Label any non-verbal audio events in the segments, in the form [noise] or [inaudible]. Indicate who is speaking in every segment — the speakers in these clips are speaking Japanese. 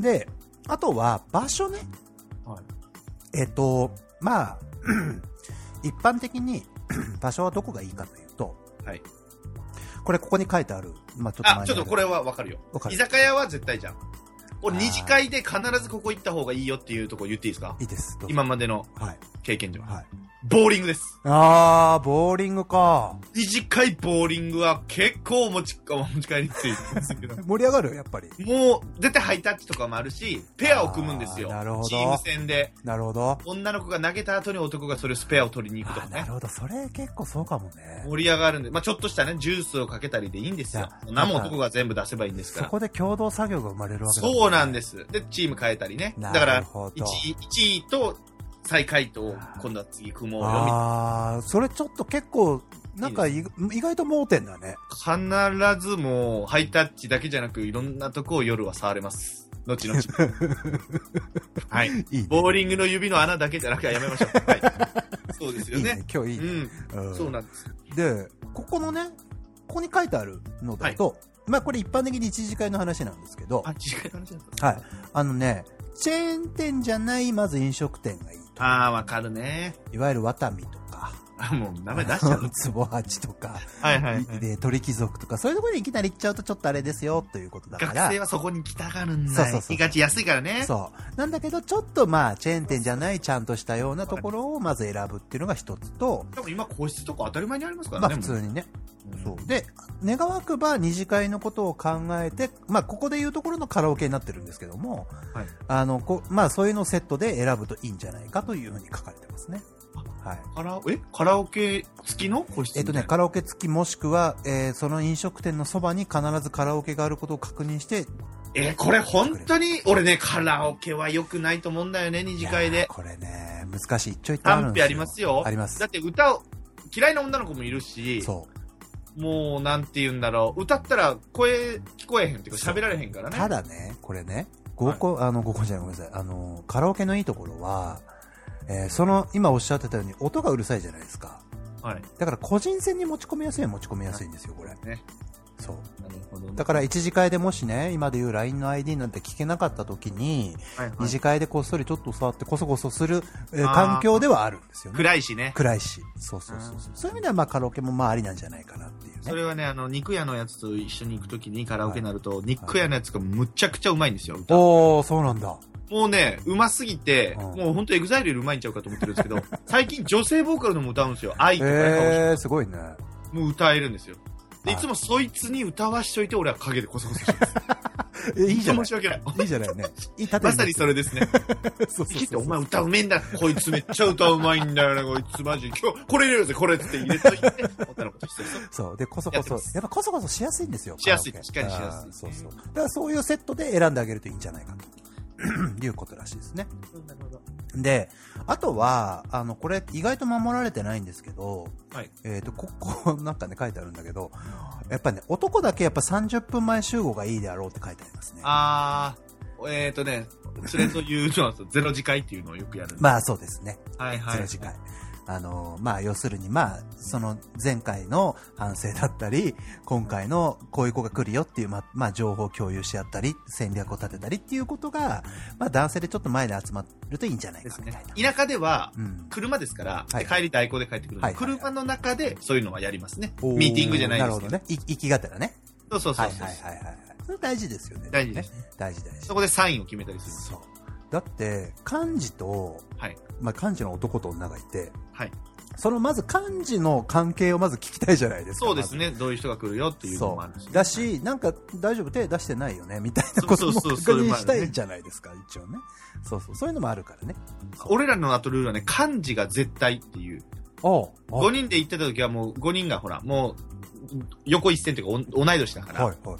Speaker 1: で、あとは場所ね。
Speaker 2: はい。
Speaker 1: えっ、と、まあ、 [clears throat] 一般的に [clears throat] 場所はどこがいいかというと、
Speaker 2: はい。
Speaker 1: これここに書いてある、まあちょっと前に
Speaker 2: あ、
Speaker 1: る
Speaker 2: ちょっとこれはわかるよ
Speaker 1: わか。る
Speaker 2: 居酒屋は絶対じゃん。俺、
Speaker 1: あー
Speaker 2: 二次会で必ずここ行った方がいいよっていうとこ言っていいですか
Speaker 1: いいです。どうぞ
Speaker 2: 今までの
Speaker 1: はい。
Speaker 2: 経験上。
Speaker 1: はい。
Speaker 2: ボーリングです。
Speaker 1: あー、ボーリングか。。
Speaker 2: 二次会ボーリングは結構持ち、お持ち帰りって言ってますけど
Speaker 1: [laughs] 盛り上がるやっぱり。
Speaker 2: もう、絶対ハイタッチとかもあるし、ペアを組むんですよ。
Speaker 1: あーなるほど
Speaker 2: チーム戦で。
Speaker 1: なるほど。
Speaker 2: 女の子が投げた後に男がそれスペアを取りに行くと
Speaker 1: あ
Speaker 2: か
Speaker 1: な
Speaker 2: ね
Speaker 1: る。ほど。それ結構そうかもね。
Speaker 2: 盛り上がるんで、まあちょっとしたね、ジュースをかけたりでいいんです
Speaker 1: い
Speaker 2: よ
Speaker 1: や。
Speaker 2: 何も男が全部出せばいいんですか
Speaker 1: そ
Speaker 2: ら。
Speaker 1: こで共同作業が生まれるわけだもんね
Speaker 2: そうなんです。で、チーム変えたりね。だか
Speaker 1: な
Speaker 2: ら
Speaker 1: る、ほど。
Speaker 2: 1位、一位と最下位と、今度は次組もうよ、み
Speaker 1: あー、それちょっと結構、なんか意意外と盲点だね。
Speaker 2: たいな必ずもう、ハイタッチだけじゃなく、いろんなとこを夜は触れます。
Speaker 1: [laughs]
Speaker 2: 後々。はい。
Speaker 1: いいね。
Speaker 2: ボーリングの指の穴だけじゃなくて、やめましょう。
Speaker 1: [laughs]
Speaker 2: はい。そうですよ
Speaker 1: いい
Speaker 2: ね
Speaker 1: ね。。今日いいうね。
Speaker 2: ん。
Speaker 1: うん
Speaker 2: そうなんです。
Speaker 1: で、ここのね、ここに書いてあるのだと、まあこれ一般的に一次会の話なんですけど、
Speaker 2: あ、違う話だった。
Speaker 1: はい。あのね、チェーン店じゃない、まず飲食店がいいと。
Speaker 2: あー、わかるね。
Speaker 1: いわゆるワタミとか、
Speaker 2: あ、もう、名前出しちゃ
Speaker 1: [laughs]
Speaker 2: う。
Speaker 1: ツボハチとか、 [laughs]
Speaker 2: はいはいはい。
Speaker 1: で、鳥貴族とか、そういうところにいきなり行っちゃうとちょっとあれですよ、ということだから。
Speaker 2: 学生はそこに来たがるんだ。
Speaker 1: そうそうそう
Speaker 2: 行きがち安いからね。
Speaker 1: そう。なんだけど、ちょっとまあ、チェーン店じゃない、ちゃんとしたようなところをまず選ぶっていうのが一つと、
Speaker 2: でも今、個室とか当たり前にありますか
Speaker 1: ま
Speaker 2: ら
Speaker 1: あ
Speaker 2: ね。
Speaker 1: 普通にね。
Speaker 2: も
Speaker 1: そうう。で、願わくば二次会のことを考えて、まあここでいうところのカラオケになってるんですけども、
Speaker 2: はい
Speaker 1: あの、こまあそういうのをセットで選ぶといいんじゃないかというふうに書かれてますね。はい。
Speaker 2: カラえカラオケ付きの個室
Speaker 1: えっとね、カラオケ付きもしくは、えーその飲食店のそばに必ずカラオケがあることを確認して、
Speaker 2: えーこれ本当に、俺ね、カラオケは良くないと思うんだよね、二次会
Speaker 1: いやー
Speaker 2: で。
Speaker 1: これね、難しい。一丁一丁あるん
Speaker 2: 賛
Speaker 1: ですよ。
Speaker 2: 否ありますよ。
Speaker 1: あります
Speaker 2: だって歌を、嫌いな女の子もいるし、
Speaker 1: そう。
Speaker 2: もう、なんて言うんだろう。歌ったら声聞こえへんっていうか
Speaker 1: そう
Speaker 2: 喋られへんからね。
Speaker 1: ただね、これね、合コン、あの、合コンじゃない、ごめんなさい。あの、カラオケのいいところは、えーその、今おっしゃってたように音がうるさいじゃないですか。
Speaker 2: はい。
Speaker 1: だから個人戦に持ち込みやすいのは持ち込みやすいんですよ、これ。
Speaker 2: ね。
Speaker 1: そう。
Speaker 2: なるほどね。
Speaker 1: だから一次会でもしね、今で言う LINE の ID なんて聞けなかった時に、
Speaker 2: はいはい
Speaker 1: 二次会でこっそりちょっと触ってこそこそする、えー
Speaker 2: あー
Speaker 1: 環境ではあるんですよね。
Speaker 2: 暗いしね。
Speaker 1: 暗いし。そうそうそうそう。そういう意味ではまあカラオケもまあありなんじゃないかなっていうね。
Speaker 2: それはね、あの、肉屋のやつと一緒に行くときにカラオケになると、肉屋のやつがむちゃくちゃうまいんですよ、歌。も
Speaker 1: おー、そうなんだ。
Speaker 2: うね、うますぎて、
Speaker 1: うん
Speaker 2: もうほんとエグザイルよりうまいんちゃうかと思ってるんですけど、最近女性ボーカルのも歌うんですよ。愛とかね、顔して
Speaker 1: えー、すごいね。
Speaker 2: もう歌えるんですよ。で、
Speaker 1: はい
Speaker 2: いつもそいつに歌わしといて、俺は陰でこそこそしてます。
Speaker 1: え、いいじゃない
Speaker 2: 申し訳ない。
Speaker 1: いいじゃないね。いい盾
Speaker 2: まさにそれですね。
Speaker 1: [laughs] そうそう
Speaker 2: 切
Speaker 1: そうそう
Speaker 2: って、お前歌うめえんだ。こいつめっちゃ歌うまいんだよな、こいつマジ。今日、これ入れるぜ、これっつって入れとい [laughs] て、女の子として。そう
Speaker 1: そう。で、こそこ
Speaker 2: やって
Speaker 1: そ。
Speaker 2: ま
Speaker 1: や
Speaker 2: す
Speaker 1: っぱこそこそしやすいんですよ。
Speaker 2: しやすい
Speaker 1: カラオケ
Speaker 2: 確かにしやすい
Speaker 1: あーそうそう。だからそういうセットで選んであげるといいんじゃないかと。
Speaker 2: [laughs]
Speaker 1: いうことらしいですね。で、あとは、あの、これ意外と守られてないんですけど、
Speaker 2: はい
Speaker 1: えっ、と、こ [laughs] こなんかね書いてあるんだけど、やっぱね、男だけやっぱ30分前集合がいいであろうって書いてありますね。
Speaker 2: あー、えーとね、それというのは、ゼロ次会っていうのをよくやるんで。
Speaker 1: まあそうですね。
Speaker 2: はいは
Speaker 1: ゼ
Speaker 2: い
Speaker 1: ロ。次回。あの、まあ、要するに、まあ、その前回の反省だったり、今回のこういう子が来るよっていう、まあ、まあ、情報を共有し合ったり、戦略を立てたりっていうことが、まあ、男性でちょっと前で集まるといいんじゃない
Speaker 2: で
Speaker 1: か
Speaker 2: す
Speaker 1: みた
Speaker 2: ね
Speaker 1: いな。。
Speaker 2: 田舎では、
Speaker 1: うん。
Speaker 2: 車ですから、
Speaker 1: はい
Speaker 2: で帰り代行で帰ってくるんで、
Speaker 1: はいはいはい
Speaker 2: 車の中でそういうのはやりますね。ミーティングじゃないですけど。
Speaker 1: なるほどね。い行きがてらね。
Speaker 2: そうそうそ
Speaker 1: は
Speaker 2: う
Speaker 1: い
Speaker 2: そう、
Speaker 1: はいはいはい。それ大事ですよね。
Speaker 2: 大事です
Speaker 1: ね。大事大事
Speaker 2: そ。こでサインを決めたりするんです
Speaker 1: そう。だって、漢字と、
Speaker 2: はい
Speaker 1: まあ、漢字の男と女がいて、
Speaker 2: はい。
Speaker 1: そのまず漢字の関係をまず聞きたいじゃないですか。
Speaker 2: そうです
Speaker 1: ね
Speaker 2: ね。どういう人が来るよっていうのもあるし。
Speaker 1: だし、なんか大丈夫、手出してないよね、みたいなことも
Speaker 2: そう
Speaker 1: 確
Speaker 2: そうそう
Speaker 1: 認
Speaker 2: そ
Speaker 1: し
Speaker 2: う
Speaker 1: た
Speaker 2: いうのもあるね
Speaker 1: いじゃないですか、一応ね。そうそう、そういうのもあるからね。
Speaker 2: 俺らの後ルールはね、漢字が絶対っていう。
Speaker 1: おうお
Speaker 2: 5人で行ってた時はもう、5人がほら、もう、横一線というかお、同い年だから、
Speaker 1: はいはいは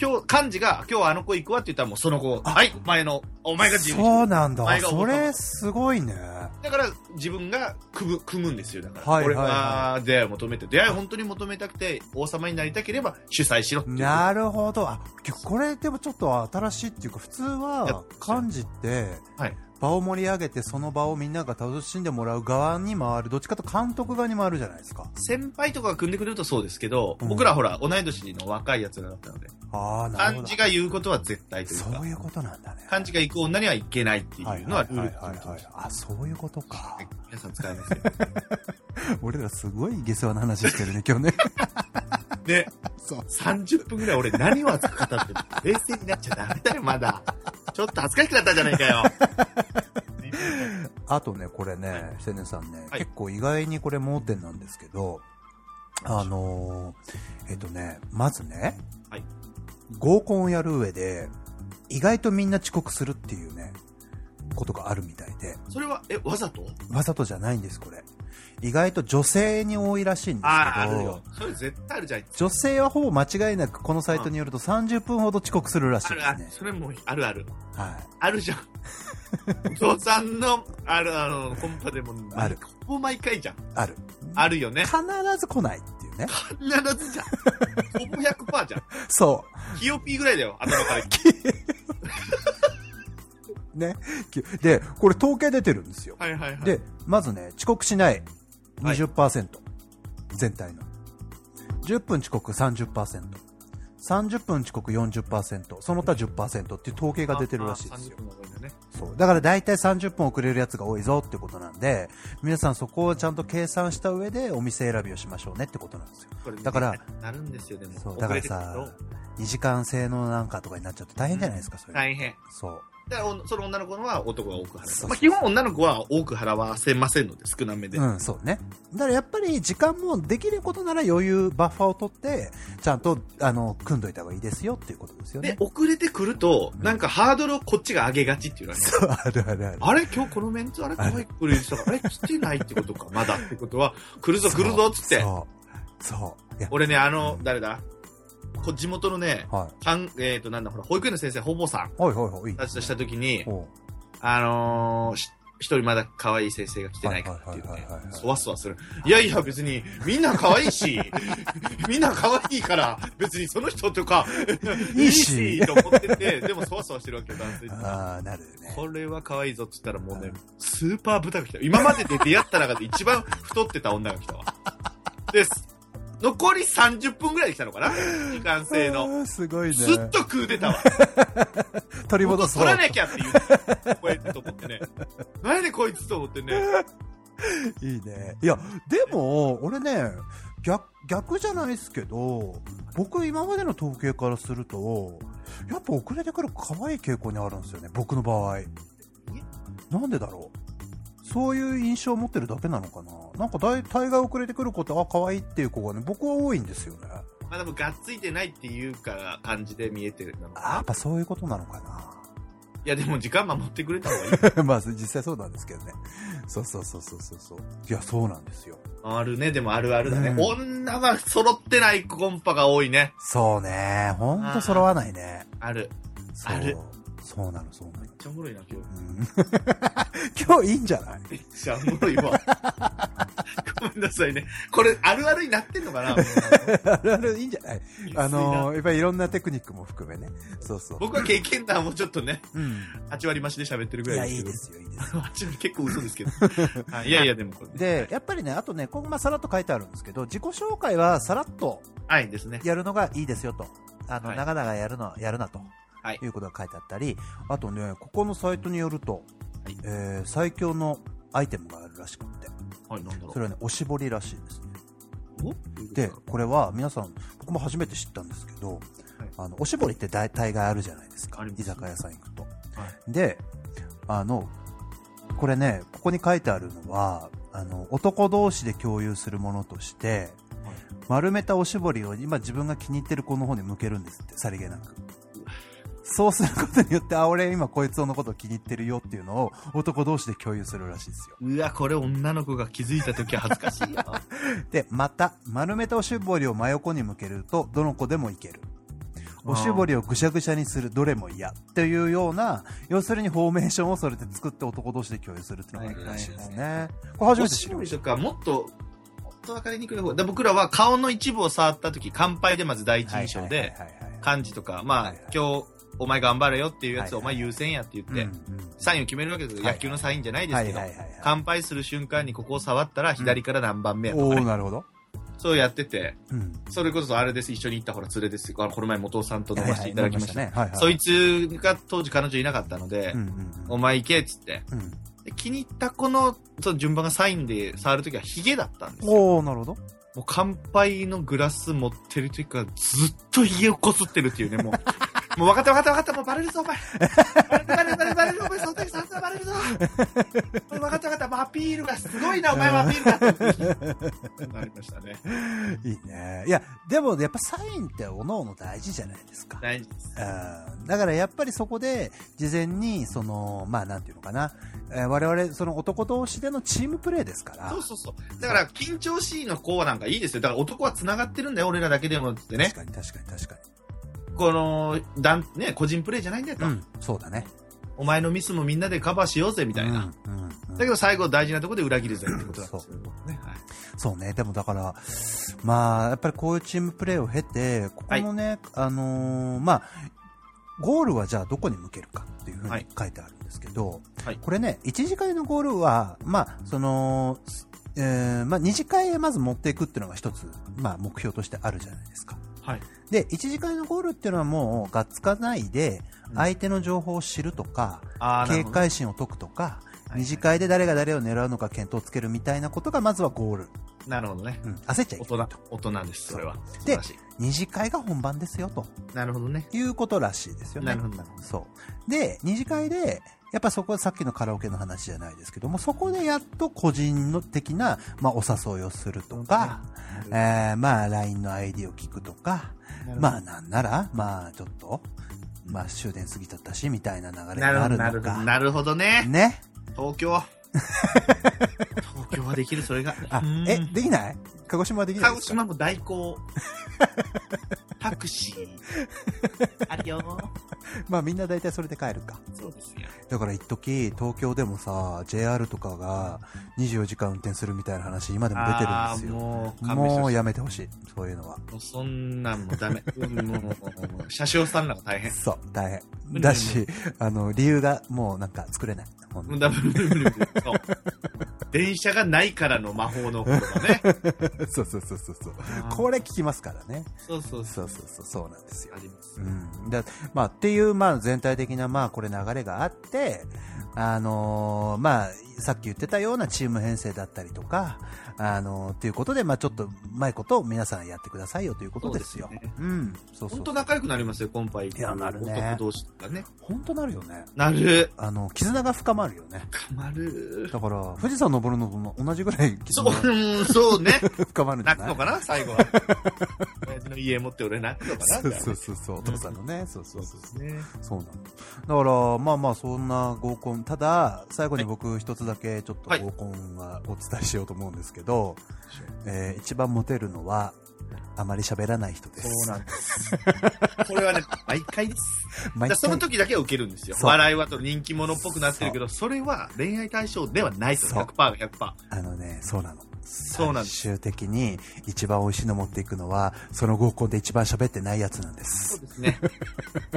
Speaker 2: 今日、漢字が、今日はあの子行くわって言ったらもうその子、はい、前の、お前
Speaker 1: い。
Speaker 2: が自
Speaker 1: そう
Speaker 2: 分。
Speaker 1: なんだ。
Speaker 2: 前が
Speaker 1: そ
Speaker 2: 男
Speaker 1: れ、すごいね。
Speaker 2: だから、自分が組む、組むんですよ。だから、
Speaker 1: はいはい
Speaker 2: 俺
Speaker 1: はい
Speaker 2: は出会いを求めて、出会いを本当に求めたくて、王様になりたければ主催しろっていう。
Speaker 1: なるほど。あ、きょこれでもちょっと新しいっていうか、普通
Speaker 2: いや
Speaker 1: は、漢字って
Speaker 2: はい、
Speaker 1: 場を盛り上げて、その場をみんなが楽しんでもらう側に回る、どっちかというと監督側に回るじゃないですか。
Speaker 2: 先輩とかが組んでくれるとそうですけど、
Speaker 1: うん
Speaker 2: 僕らほら、同い年の若いやつらだったので、
Speaker 1: ああ、なるほ
Speaker 2: 漢
Speaker 1: ど
Speaker 2: 字。が言うことは絶対という
Speaker 1: そ
Speaker 2: か
Speaker 1: う、いうことなんだね。
Speaker 2: 漢字が行く女にはいけないっていうのはルールだと思ってました。
Speaker 1: あ、そういうことか。
Speaker 2: 皆さん使いますよ。
Speaker 1: 俺らすごい下世話な話して
Speaker 2: [laughs]
Speaker 1: るね、今日ね。
Speaker 2: で、
Speaker 1: そう。
Speaker 2: 30分ぐらい俺何を扱ったって、冷静になっちゃダメだよ、まだ。ちょっと恥ずかしくなったじゃないかよ。
Speaker 1: あとね、これ
Speaker 2: は
Speaker 1: ね、せねさんね、
Speaker 2: はい
Speaker 1: 結構意外にこれ盲点なんですけど、あのーえっとね、まずね、
Speaker 2: はい
Speaker 1: 合コンをやる上で、意外とみんな遅刻するっていうね、ことがあるみたいで、
Speaker 2: それは、え、わざと
Speaker 1: わざとじゃないんです、これ。意外と女性に多いらしいんですけど、
Speaker 2: ああ、あるよ。それ絶対あるじゃん。
Speaker 1: 女性はほぼ間違いなくこのサイトによると30分ほど遅刻するらしい
Speaker 2: あ
Speaker 1: で
Speaker 2: るあ
Speaker 1: す
Speaker 2: る
Speaker 1: ね。。
Speaker 2: それもあるある。
Speaker 1: はい。
Speaker 2: あるじゃん。お父さんの、ある、あの、コンパでも、
Speaker 1: ある。
Speaker 2: ほぼ毎回じゃん。
Speaker 1: ある。
Speaker 2: あるよね。
Speaker 1: 必ず来ないっていうね。
Speaker 2: 必ずじゃん。ほぼ100%じゃん。
Speaker 1: そ
Speaker 2: キヨピーぐらいだよ、頭から。
Speaker 1: う。ね。きで、これ統計出てるんですよ。
Speaker 2: はいはいはい。
Speaker 1: で、まずね、遅刻しない
Speaker 2: はい
Speaker 1: 20%、全体の。10分遅刻30%。30分遅刻40%、その他10%っていう統計が出てるらしいですよ
Speaker 2: あ。あ30分の間ね
Speaker 1: そう。だから大体30分遅れるやつが多いぞってことなんで、皆さんそこをちゃんと計算した上でお店選びをしましょうねってことなんですよ。
Speaker 2: これね
Speaker 1: だから、
Speaker 2: なるんですよ、でも。
Speaker 1: そう。だから
Speaker 2: 遅れ
Speaker 1: さ
Speaker 2: てくる、
Speaker 1: 2時間制のなんかとかになっちゃって大変じゃないですか、そ
Speaker 2: と
Speaker 1: れ。
Speaker 2: 大変。
Speaker 1: そう。
Speaker 2: だからお、その女の子のは男が多く払
Speaker 1: そう
Speaker 2: う。まあ、基本女の子は多く払わせませんので、少なめで。
Speaker 1: うん、そうね。だからやっぱり時間もできることなら余裕、バッファーを取って、ちゃんと、あの、組んどいた方がいいですよっていうことですよ
Speaker 2: で
Speaker 1: ね、。
Speaker 2: 遅れてくると、なんかハードルをこっちが上げがちっていうのはね
Speaker 1: そう、あるあるある。
Speaker 2: あれ今日このメンツ、あれ可愛いこれしたから、あれ来てないってことか、まだってことは、来るぞ来るぞっつって。
Speaker 1: そう。そう。いや、
Speaker 2: 俺ね、あの
Speaker 1: う、ん
Speaker 2: 誰だこ地元のね、
Speaker 1: はい。
Speaker 2: かんえっ、と、なんだ、ほら、保育園の先生、ほぼさん
Speaker 1: はいはいはい。いい
Speaker 2: たちとした時に、
Speaker 1: おう
Speaker 2: あのーし一人まだ可愛い先生が来てないからっていう
Speaker 1: はい
Speaker 2: ね
Speaker 1: はいはいはい、
Speaker 2: そわそわする。いやいや、別に、みんな可愛いし、 [laughs] みんな可愛いから、別にその人とか、
Speaker 1: いいし
Speaker 2: いいと思ってて、でもそわそわしてるわけよ、男性って
Speaker 1: ああ、なるね。
Speaker 2: これは可愛いぞって言ったらもうね、スーパー豚が来た。今までで出会った中で一番太ってた女が来たわ。です。残り30分ぐらいで来たのかな時間制の。
Speaker 1: あーすごいね。
Speaker 2: ずっと食うてたわ。
Speaker 1: 取り戻そ
Speaker 2: 取
Speaker 1: う
Speaker 2: ら。なきゃっていう。こうやってと思ってね。何でこいつと思ってね。
Speaker 1: いいね。いや、でも、俺ね、逆、逆じゃないですけど、僕今までの統計からすると、やっぱ遅れてくる可愛い傾向にあるんですよね、僕の場合。なんでだろうそういう印象を持ってるだけなのかななんか大大概遅れてくる子って、あ、可愛いっていう子がね、僕は多いんですよね。
Speaker 2: まあでもがっついてないっていうから感じで見えてるのか
Speaker 1: あや
Speaker 2: な
Speaker 1: っ。ぱそういうことなのかない
Speaker 2: やでも時間守ってくれた方がいい。
Speaker 1: [laughs] まあ、実際そうなんですけどね。そうそうそうそうそうそう。いや、そうなんですよ。
Speaker 2: あるね、でもあるあるだね。
Speaker 1: うん
Speaker 2: 女は揃ってないコンパが多いね。
Speaker 1: そうね。ほんと揃わないね。
Speaker 2: ある。
Speaker 1: そ
Speaker 2: ある
Speaker 1: う。そうなの、そうなの
Speaker 2: めっ。ちゃおもろいな、今日。
Speaker 1: [laughs] 今日いいんじゃない
Speaker 2: めっちゃおもろ
Speaker 1: [laughs]
Speaker 2: いわ。ごめんなさいね。これ、あるあるになってんのかなもう
Speaker 1: [laughs] あるあるいいんじゃないあ
Speaker 2: 薄い
Speaker 1: の
Speaker 2: な
Speaker 1: ー、やっぱりいろんなテクニックも含めね。そうそう。
Speaker 2: [laughs] 僕は経験談をちょっとね、
Speaker 1: うん。
Speaker 2: 8割増しで喋ってる
Speaker 1: い
Speaker 2: ぐら
Speaker 1: や、
Speaker 2: い
Speaker 1: い
Speaker 2: です
Speaker 1: い
Speaker 2: け
Speaker 1: で
Speaker 2: ど。
Speaker 1: すよ、いいですよ。
Speaker 2: 8割結構嘘で
Speaker 1: [laughs]
Speaker 2: すけど。はいいやいや、でもこれ、ね。
Speaker 1: で、やっぱりね、あとね、ここまあさらっと書いてあるんですけど、自己紹介はさらっと
Speaker 2: はいですね。
Speaker 1: やるのがいいですよと。あの、
Speaker 2: はい
Speaker 1: 長々やるの、やるなと。
Speaker 2: はいいう
Speaker 1: ことが書いてあったり、あとね、ここのサイトによると、
Speaker 2: はい
Speaker 1: えー最強のアイテムがあるらしくって、
Speaker 2: はい、なんだろ
Speaker 1: それはね、おしぼりらしいですね。
Speaker 2: う。お
Speaker 1: で、これは皆さん、僕も初めて知ったんですけど、あの、おしぼりって大体があるじゃないですか。
Speaker 2: あります
Speaker 1: 居酒屋さん行くと。で、あの、これね、ここに書いてあるのは、あの、男同士で共有するものとして、
Speaker 2: はい
Speaker 1: 丸めたおしぼりを今自分が気に入ってる子の方に向けるんですって、さりげなく。そうすることによって、あ、俺今こいつのこと気に入ってるよっていうのを男同士で共有するらしいですよ。
Speaker 2: うわ、これ女の子が気づいた時は恥ずかしいよ。
Speaker 1: で、また、丸めたおしぼりを真横に向けると、どの子でもいける。おしぼりをぐしゃぐしゃにする、どれも嫌。というような、要するにフォーメーションをそれで作って男同士で共有するっていうのがいいらしいですね。これ初め
Speaker 2: お
Speaker 1: て知
Speaker 2: し
Speaker 1: り
Speaker 2: ぼ
Speaker 1: ま
Speaker 2: り
Speaker 1: した。
Speaker 2: とか、もっと、もっとわかりにくい方。で僕らは顔の一部を触った時、乾杯でまず第一印象で、
Speaker 1: はいはいはいはい
Speaker 2: 漢字とか、まあ、
Speaker 1: はいはい
Speaker 2: 今日、お前頑張れよっていうやつをお
Speaker 1: はいはい
Speaker 2: 前優先やって言って、
Speaker 1: うんうん
Speaker 2: サインを決めるわけですよ。
Speaker 1: はい
Speaker 2: 野球のサインじゃないで
Speaker 1: は
Speaker 2: す
Speaker 1: い
Speaker 2: けど
Speaker 1: はいは。いはい。
Speaker 2: 乾杯する瞬間にここを触ったら左から何番目やと
Speaker 1: お
Speaker 2: か
Speaker 1: お
Speaker 2: ね、
Speaker 1: なるほど。
Speaker 2: そうやってて、
Speaker 1: うん。
Speaker 2: それこそあれです、一緒に行ったほら連れですよ。あこの前元尾さんと飲ませていただきました。
Speaker 1: はいはい飲みましたね。はいはい。
Speaker 2: そいつが当時彼女いなかったので、
Speaker 1: うんうんう
Speaker 2: お前行けっつって。
Speaker 1: ん。うん。
Speaker 2: で気に入った子のその順番がサインで触るときはヒゲだったんですよ。
Speaker 1: おおなるほど。
Speaker 2: もう乾杯のグラス持ってる時からずっと家をこすってるっていうね、も [laughs] う。もう分かった分かった分かった、もうバレるぞ、お前。バレるバレるバレるバレる、お前、その時さすがバレるぞ。分かった分かった、もうアピールがすごいな、お前はアピールが。なりましたね。
Speaker 1: いいね。いや、でもやっぱサインっておのおの大事じゃないですか。
Speaker 2: 大事です。
Speaker 1: うんだからやっぱりそこで、事前に、その、まあなんていうのかな、えー我々、その男同士でのチームプレーですから。
Speaker 2: そうそうそう。だから、緊張しいのコーなんかいいですよ。だから男は繋がってるんだよ、俺らだけでもってね。
Speaker 1: 確かに確かに確か
Speaker 2: この、団ね、個人プレイじゃないんだよと。
Speaker 1: に。うん、そうだね。
Speaker 2: お前のミスもみんなでカバーしようぜ、みたいな。
Speaker 1: うん。うんうん
Speaker 2: だけど最後大事なところで裏切るぜってことなんですよ。ねはい
Speaker 1: そうね、でもだから、まあ、やっぱりこういうチームプレーを経て、ここのね、あのーまあ、ゴールはじゃあどこに向けるかっていうふう
Speaker 2: は
Speaker 1: に
Speaker 2: い
Speaker 1: 書いてあるんですけど、
Speaker 2: はい
Speaker 1: これね、一次会のゴールは、まあ、その、えーまあ、二次会へまず持っていくっていうのが一つ、まあ、目標としてあるじゃないですか。
Speaker 2: はい。
Speaker 1: で、一次会のゴールっていうのはもう、がっつかないで、
Speaker 2: うん
Speaker 1: 相手の情報を知るとか、
Speaker 2: あーなる
Speaker 1: 警
Speaker 2: ほど
Speaker 1: 戒心を解くとか、
Speaker 2: はい
Speaker 1: 二次会で誰が誰を狙うのか検討をつけるみたいなことが、まずはゴール
Speaker 2: なるほどね。
Speaker 1: うん、焦っちゃい
Speaker 2: 大
Speaker 1: けな
Speaker 2: 人
Speaker 1: いと。、
Speaker 2: 大人です、それは。素
Speaker 1: で
Speaker 2: 晴らしい
Speaker 1: 二次会が本番ですよ、と
Speaker 2: なるほどね。
Speaker 1: いうことらしいですよね。
Speaker 2: なるほど、なるほど。
Speaker 1: そう。で、二次会で、やっぱそこはさっきのカラオケの話じゃないですけども、そこでやっと個人の的な、まあ、お誘いをするとか、えー、まあ、LINE の ID を聞くとか、まあ、なんなら、まあ、ちょっと、まあ、終電過ぎちゃったし、みたいな流れに
Speaker 2: なる
Speaker 1: な
Speaker 2: ほど、
Speaker 1: るの
Speaker 2: なるほど。
Speaker 1: か。
Speaker 2: なるほどね。
Speaker 1: ね。[laughs]
Speaker 2: 東京。東京はできる、それが。
Speaker 1: あ
Speaker 2: う、ん
Speaker 1: え、できない鹿児島はできない
Speaker 2: 鹿
Speaker 1: で
Speaker 2: 児
Speaker 1: すか
Speaker 2: 島も代行。タクシー。あるよ。
Speaker 1: まあ、みんな大体それで帰るか。
Speaker 2: そうですよ。
Speaker 1: だから一時東京でもさ、JR とかが24時間運転するみたいな話、今でも出てるんです
Speaker 2: あー
Speaker 1: よ。
Speaker 2: もう、勘弁して
Speaker 1: も
Speaker 2: ほ
Speaker 1: う
Speaker 2: しい
Speaker 1: やめてほしい。そういうのは。
Speaker 2: もうそんなんもダメ。うんもう、もうもう車掌さんらが大変。
Speaker 1: そう、大
Speaker 2: 無
Speaker 1: 変。
Speaker 2: 理
Speaker 1: だし、あの、理由がもうなんか作れない。ほん
Speaker 2: 無駄無理無理無理そう。
Speaker 1: [laughs]
Speaker 2: 電車がないからの魔法の言葉ね。
Speaker 1: とそうそうそうそうそう。これ聞きますからね。
Speaker 2: そうそうそ。
Speaker 1: そううそうそう、そうなんですよ
Speaker 2: あ。ります
Speaker 1: う。ん。だまあ、っていう、まあ、全体的な、まあ、これ流れがあって、あのーまあ、さっき言ってたようなチーム編成だったりとか、あのーっていうことで、まあ、ちょっと、うまいことを皆さんやってくださいよということですよ。
Speaker 2: そうですよね
Speaker 1: うん。そうそう。
Speaker 2: 本当仲良くなりますよ、今回。
Speaker 1: いやなるね
Speaker 2: 男同士とかね。
Speaker 1: 本当なるよね。
Speaker 2: なる。
Speaker 1: あの、絆が深まるよね。
Speaker 2: かまる。
Speaker 1: だから、富士山登るのとも同じぐらい絆
Speaker 2: そう、
Speaker 1: が
Speaker 2: うん、そ
Speaker 1: [laughs]
Speaker 2: うね。
Speaker 1: 深まるんじゃな
Speaker 2: 泣くの
Speaker 1: い
Speaker 2: かな最後は。親父の家持って俺泣くのかな
Speaker 1: そうそうそうそう、お父さんのね、そうそうそう。
Speaker 2: ですね。
Speaker 1: そうなの。だから、まあまあ、そんな合コン。ただ、最後に僕一つだけちょっと
Speaker 2: はい
Speaker 1: 合コンはお伝えしようと思うんですけど、えー一番モテるのは、あまり喋らない人です。
Speaker 2: そうなんです。これはね、毎回です。
Speaker 1: 毎
Speaker 2: だからその
Speaker 1: 回、
Speaker 2: 時だけは受けるんですよ。
Speaker 1: そう
Speaker 2: 笑いはと人気者っぽくなってるけど、それは恋愛対象ではないと。
Speaker 1: そう
Speaker 2: 100%が100%。
Speaker 1: あのね、そうなの。
Speaker 2: そうなんです
Speaker 1: 最終的に一番美味しいの持っていくのは、その合コンで一番喋ってないやつなんで
Speaker 2: そう
Speaker 1: す。
Speaker 2: ですね。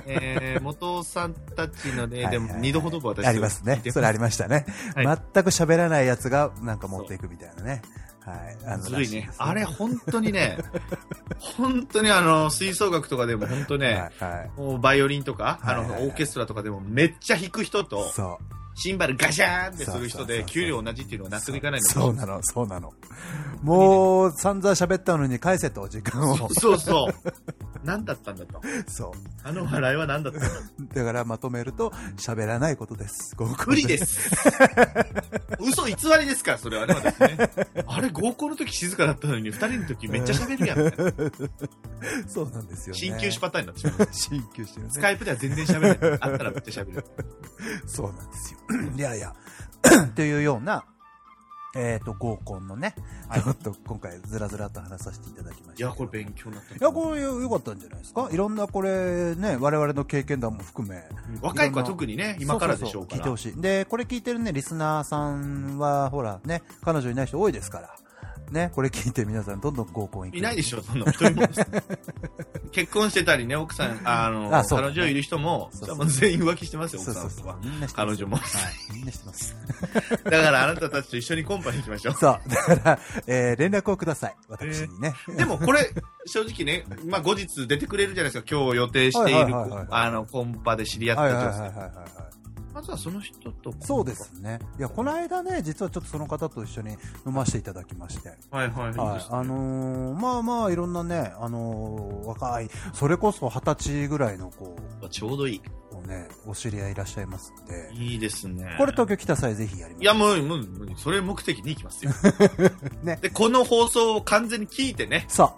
Speaker 2: えー、元尾さんたちのね、
Speaker 1: はい
Speaker 2: で
Speaker 1: はいはい
Speaker 2: も二度ほど私
Speaker 1: ありますね。それありましたね。
Speaker 2: はい
Speaker 1: 全く喋らないやつがなんか持っていくみたいなね。はい。あの
Speaker 2: ずる
Speaker 1: ら
Speaker 2: い
Speaker 1: し
Speaker 2: ね
Speaker 1: で。す
Speaker 2: あれ、本当に
Speaker 1: [laughs]
Speaker 2: ね、本当にあの、吹奏楽とかでも本当ね、
Speaker 1: はいはい。
Speaker 2: もうバイオリンとか、あの、
Speaker 1: はいはいはい
Speaker 2: オーケストラとかでもめっちゃ弾く人と、
Speaker 1: そう。
Speaker 2: シンバルガシャーンってす
Speaker 1: そ
Speaker 2: る人
Speaker 1: うそうそうそ
Speaker 2: で、
Speaker 1: う
Speaker 2: 給料同じっていうのは納得いかないんだけ
Speaker 1: そ
Speaker 2: ど
Speaker 1: うなの、そうなの。もう、散々喋ったのに返せと、時間を。
Speaker 2: そうそう。何だったんだと。
Speaker 1: そう。
Speaker 2: あの笑いは何
Speaker 1: [laughs]
Speaker 2: だったんだと。
Speaker 1: だからまとめると、喋らないことです。合コン
Speaker 2: 無理で。す。嘘偽りですから、それはね、私ね。あれ、合コンの時静かだったのに、二人の時めっちゃ喋るやんみたい
Speaker 1: [laughs]
Speaker 2: な。
Speaker 1: そうなんですよね。
Speaker 2: 進級しパターンになってしまう。
Speaker 1: [laughs] 進級してる、
Speaker 2: ス
Speaker 1: ね。
Speaker 2: カイプでは全然喋れない。あったらめっちゃ喋る。
Speaker 1: そうなんですよ。 [clears throat] いやいや。というような、えっ、と、合コンのね、
Speaker 2: はい
Speaker 1: ちょっと今回ずらずらと話させていただきました
Speaker 2: い
Speaker 1: けど。
Speaker 2: や、これ勉強になった。
Speaker 1: いや、これ良かったんじゃないですかいろんなこれね、我々の経験談も含め、
Speaker 2: 若い子は特にね、今からでしょう
Speaker 1: そうそうそう
Speaker 2: か
Speaker 1: 聞いて
Speaker 2: ら
Speaker 1: ほ。しい。で、これ聞いてるね、リスナーさんは、ほらね、彼女いない人多いですから。ね、これ聞いて皆さんどんどん合コン行く。
Speaker 2: いないでしょ、そんな [laughs] 一人もですね結婚してたりね、奥さん、あ
Speaker 1: [laughs]
Speaker 2: の、
Speaker 1: あそうだ
Speaker 2: 彼
Speaker 1: ね
Speaker 2: 女いる人も、
Speaker 1: そうそう
Speaker 2: じゃあもう全員浮気してますよ、
Speaker 1: そ
Speaker 2: 奥
Speaker 1: う
Speaker 2: さ
Speaker 1: そう
Speaker 2: ん
Speaker 1: そう
Speaker 2: は。。
Speaker 1: みんなしてます
Speaker 2: 彼女も
Speaker 1: はい。みんなしてます。
Speaker 2: だからあなたたちと一緒にコンパに行き
Speaker 1: [laughs]
Speaker 2: ましょう。
Speaker 1: そう。だから、えー連絡をください。私に
Speaker 2: [laughs]
Speaker 1: ね。
Speaker 2: でもこれ、正直ね、まあ後日出てくれるじゃないですか、今日予定してい
Speaker 1: はい
Speaker 2: る
Speaker 1: はいはいはい、
Speaker 2: あの、コンパで知り合
Speaker 1: は
Speaker 2: っ
Speaker 1: い
Speaker 2: た
Speaker 1: はいはい
Speaker 2: 女
Speaker 1: はい
Speaker 2: 性。
Speaker 1: はいはい。
Speaker 2: まずはその人と。
Speaker 1: そうで。すね。いや、この間ね、実はちょっとその方と一緒に飲ませていただきまして。
Speaker 2: はいはいいい
Speaker 1: は
Speaker 2: で
Speaker 1: い
Speaker 2: す。
Speaker 1: あのーまあまあ、いろんなね、あのー若い、それこそ二十歳ぐらいの子
Speaker 2: ちょうどいい。
Speaker 1: をね、お知り合いいらっしゃいますんで、
Speaker 2: いいですね。
Speaker 1: これ東京来た際ぜひやりま
Speaker 2: い
Speaker 1: しょ
Speaker 2: や、もう、もう、もうそれ目的に行きますよ。
Speaker 1: [laughs] ね
Speaker 2: で、この放送を完全に聞いてね、
Speaker 1: う。さ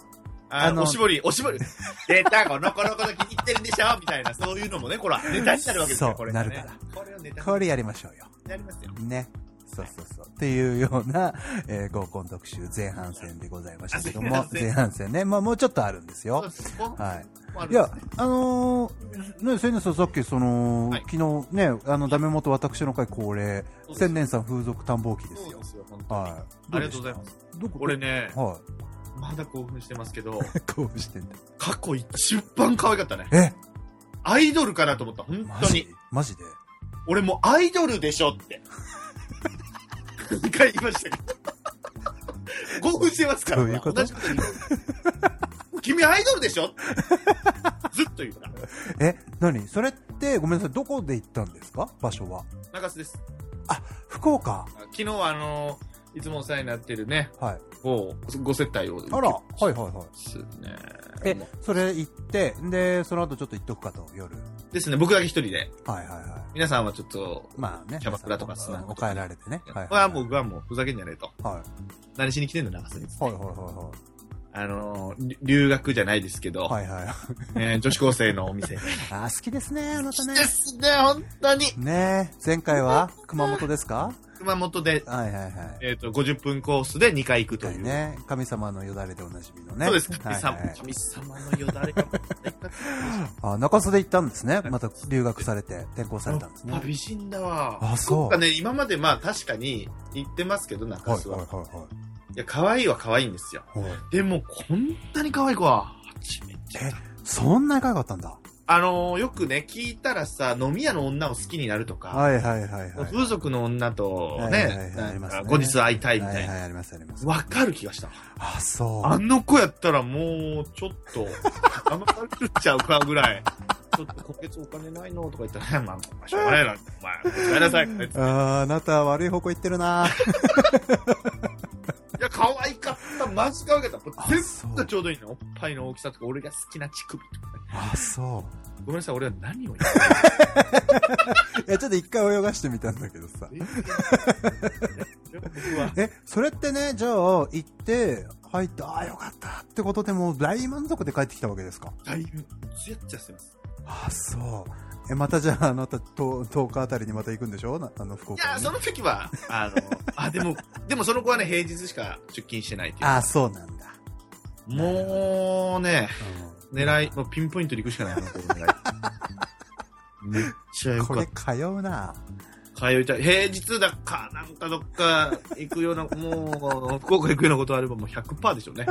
Speaker 2: あ
Speaker 1: あの
Speaker 2: の、おしぼり、おし
Speaker 1: [laughs]
Speaker 2: ぼり、出た、このコロコロ気に入ってるんでしょみたいな、そういうのもね、こら、ネタになるわけです
Speaker 1: そ
Speaker 2: よ、
Speaker 1: う
Speaker 2: これがね。
Speaker 1: なるか
Speaker 2: これをネタ
Speaker 1: あ、
Speaker 2: に
Speaker 1: これやりましょうよ。
Speaker 2: なりますよ。
Speaker 1: ね。そうそうそう。っていうような、えー合コン特集前半戦でございましたけども
Speaker 2: あ、
Speaker 1: 前
Speaker 2: 前半戦
Speaker 1: 半戦ね。まあもうちょっとあるんですよ。はい
Speaker 2: はい
Speaker 1: いや、あのー、ね、千年さん、さっき、その、
Speaker 2: はい
Speaker 1: 昨日ね、あの、ダメ元私の会恒例、
Speaker 2: そうです
Speaker 1: 千年さん風俗探訪記です
Speaker 2: そう
Speaker 1: よ
Speaker 2: で。すよ、本当に。
Speaker 1: はい。。
Speaker 2: ありがとうございます
Speaker 1: どこ
Speaker 2: 俺、ね、
Speaker 1: [laughs] は
Speaker 2: まだ興奮してますけど、 [laughs]
Speaker 1: い。興奮してんだ。
Speaker 2: 過去一番可愛かったね。
Speaker 1: え
Speaker 2: アイドルかなと思った、本
Speaker 1: マ
Speaker 2: 当
Speaker 1: ジ
Speaker 2: に。
Speaker 1: マジで
Speaker 2: 俺もうアイドルでしょって。2回言いましたけど。興奮してますか
Speaker 1: そ
Speaker 2: ら、
Speaker 1: ういうこと
Speaker 2: 同じこと言う君アイドルでしょってずっと言うから。
Speaker 1: え、何それって、ごめんなさい、どこで行ったんですか場所は。
Speaker 2: 中洲です。
Speaker 1: 福岡
Speaker 2: 昨日はあのいつもお世話になってるね、
Speaker 1: はい。
Speaker 2: ご、ご接待を。
Speaker 1: あら、はいはいはい。
Speaker 2: ですね。
Speaker 1: え
Speaker 2: もう、
Speaker 1: それ行って、で、その後ちょっと行っとくかと、夜。
Speaker 2: ですね、僕だけ一人で。
Speaker 1: はいはいはい。
Speaker 2: 皆さんはちょっと、
Speaker 1: まあね。
Speaker 2: キャバクラとかスナック
Speaker 1: お
Speaker 2: とか
Speaker 1: 帰られてね。はいはい。
Speaker 2: はもう、僕はもうふざけんじゃねえと。
Speaker 1: はい。
Speaker 2: 何しに来てんの、中洲に。
Speaker 1: はいはいは
Speaker 2: あのー、り留学じゃないですけど、
Speaker 1: いはい。はいはい。
Speaker 2: えー女子高生のお
Speaker 1: [laughs]
Speaker 2: 店。で
Speaker 1: あー、好きですね、あなたね。
Speaker 2: すね、本当に。
Speaker 1: ねえ、前回は熊本ですか
Speaker 2: 熊本で、
Speaker 1: はいはいはい。
Speaker 2: えっ、と、50分コースで2回行くと
Speaker 1: 前
Speaker 2: いう。
Speaker 1: 回ね、神様のよだれでおなじみのね。
Speaker 2: そうです。
Speaker 1: は
Speaker 2: 神
Speaker 1: いは
Speaker 2: 様、
Speaker 1: い、
Speaker 2: 神様のよだれが。
Speaker 1: あ、中洲で行ったんですね。また留学されて、転校されたんですね。
Speaker 2: や
Speaker 1: は
Speaker 2: っぱ
Speaker 1: い
Speaker 2: 美人だわ。
Speaker 1: あそう
Speaker 2: っかね、今までまあ確かに行ってますけど、中
Speaker 1: はい
Speaker 2: 洲は。い
Speaker 1: は
Speaker 2: や、可愛いは可愛いんですよ。
Speaker 1: いはい。はい
Speaker 2: でも、こんなに可愛い子は、初めてだ。
Speaker 1: そんな仲良かったんだ。
Speaker 2: あのーよくね、聞いたらさ、飲み屋の女を好きになるとか、
Speaker 1: はいはいはいはい。
Speaker 2: 風俗の女と
Speaker 1: はいはいはい
Speaker 2: ね、
Speaker 1: あり
Speaker 2: な
Speaker 1: ま
Speaker 2: ん
Speaker 1: す
Speaker 2: か
Speaker 1: ね
Speaker 2: 後日会いたいみ
Speaker 1: は
Speaker 2: たい
Speaker 1: いは
Speaker 2: な。
Speaker 1: い、ありますあります。
Speaker 2: わかる気がした。
Speaker 1: あ、そう。
Speaker 2: あの子やったらもう、ちょっと、騙されちゃうかぐらい。ちょっと今月お金ないのとか言ったら、まあ、まあしょうがないな。お前、ごめんなさい。こいつい
Speaker 1: あーあなたは悪い方向行ってるな
Speaker 2: や、可愛かった。マジ可愛
Speaker 1: [laughs]
Speaker 2: かった。
Speaker 1: あ
Speaker 2: 全
Speaker 1: そう
Speaker 2: 部がちょうどいいの。おっぱいの大きさとか、俺が好きな乳首とかね。
Speaker 1: あ、そ
Speaker 2: ごめんなさい、俺は何を言っ
Speaker 1: う。いや、ちょっと一回泳がしてみたんだけどさ
Speaker 2: て。るでも僕は、
Speaker 1: え、それってね、じゃあ、行って、入って、ああ、よかったってことでもう大満足で帰ってきたわけですか
Speaker 2: だいぶ、ツヤッツヤしてます。
Speaker 1: ああ、そう。え、またじゃあ、あなた、と10日あたりにまた行くんでしょなあの、福
Speaker 2: い
Speaker 1: 岡に。
Speaker 2: や、その時は、あの、あ、でも、でもその子はね、平日しか出勤してないっていう。
Speaker 1: ああ、そうなんだ。
Speaker 2: もうね、
Speaker 1: うん
Speaker 2: 狙い、もうピンポイントで行くしかないな、この狙い。めっちゃよ
Speaker 1: こ
Speaker 2: かっ
Speaker 1: れ通うな
Speaker 2: た。通いたい。平日だか、なんかどっか行くような、もう、福岡行くようなことあればもう100%でしょうね。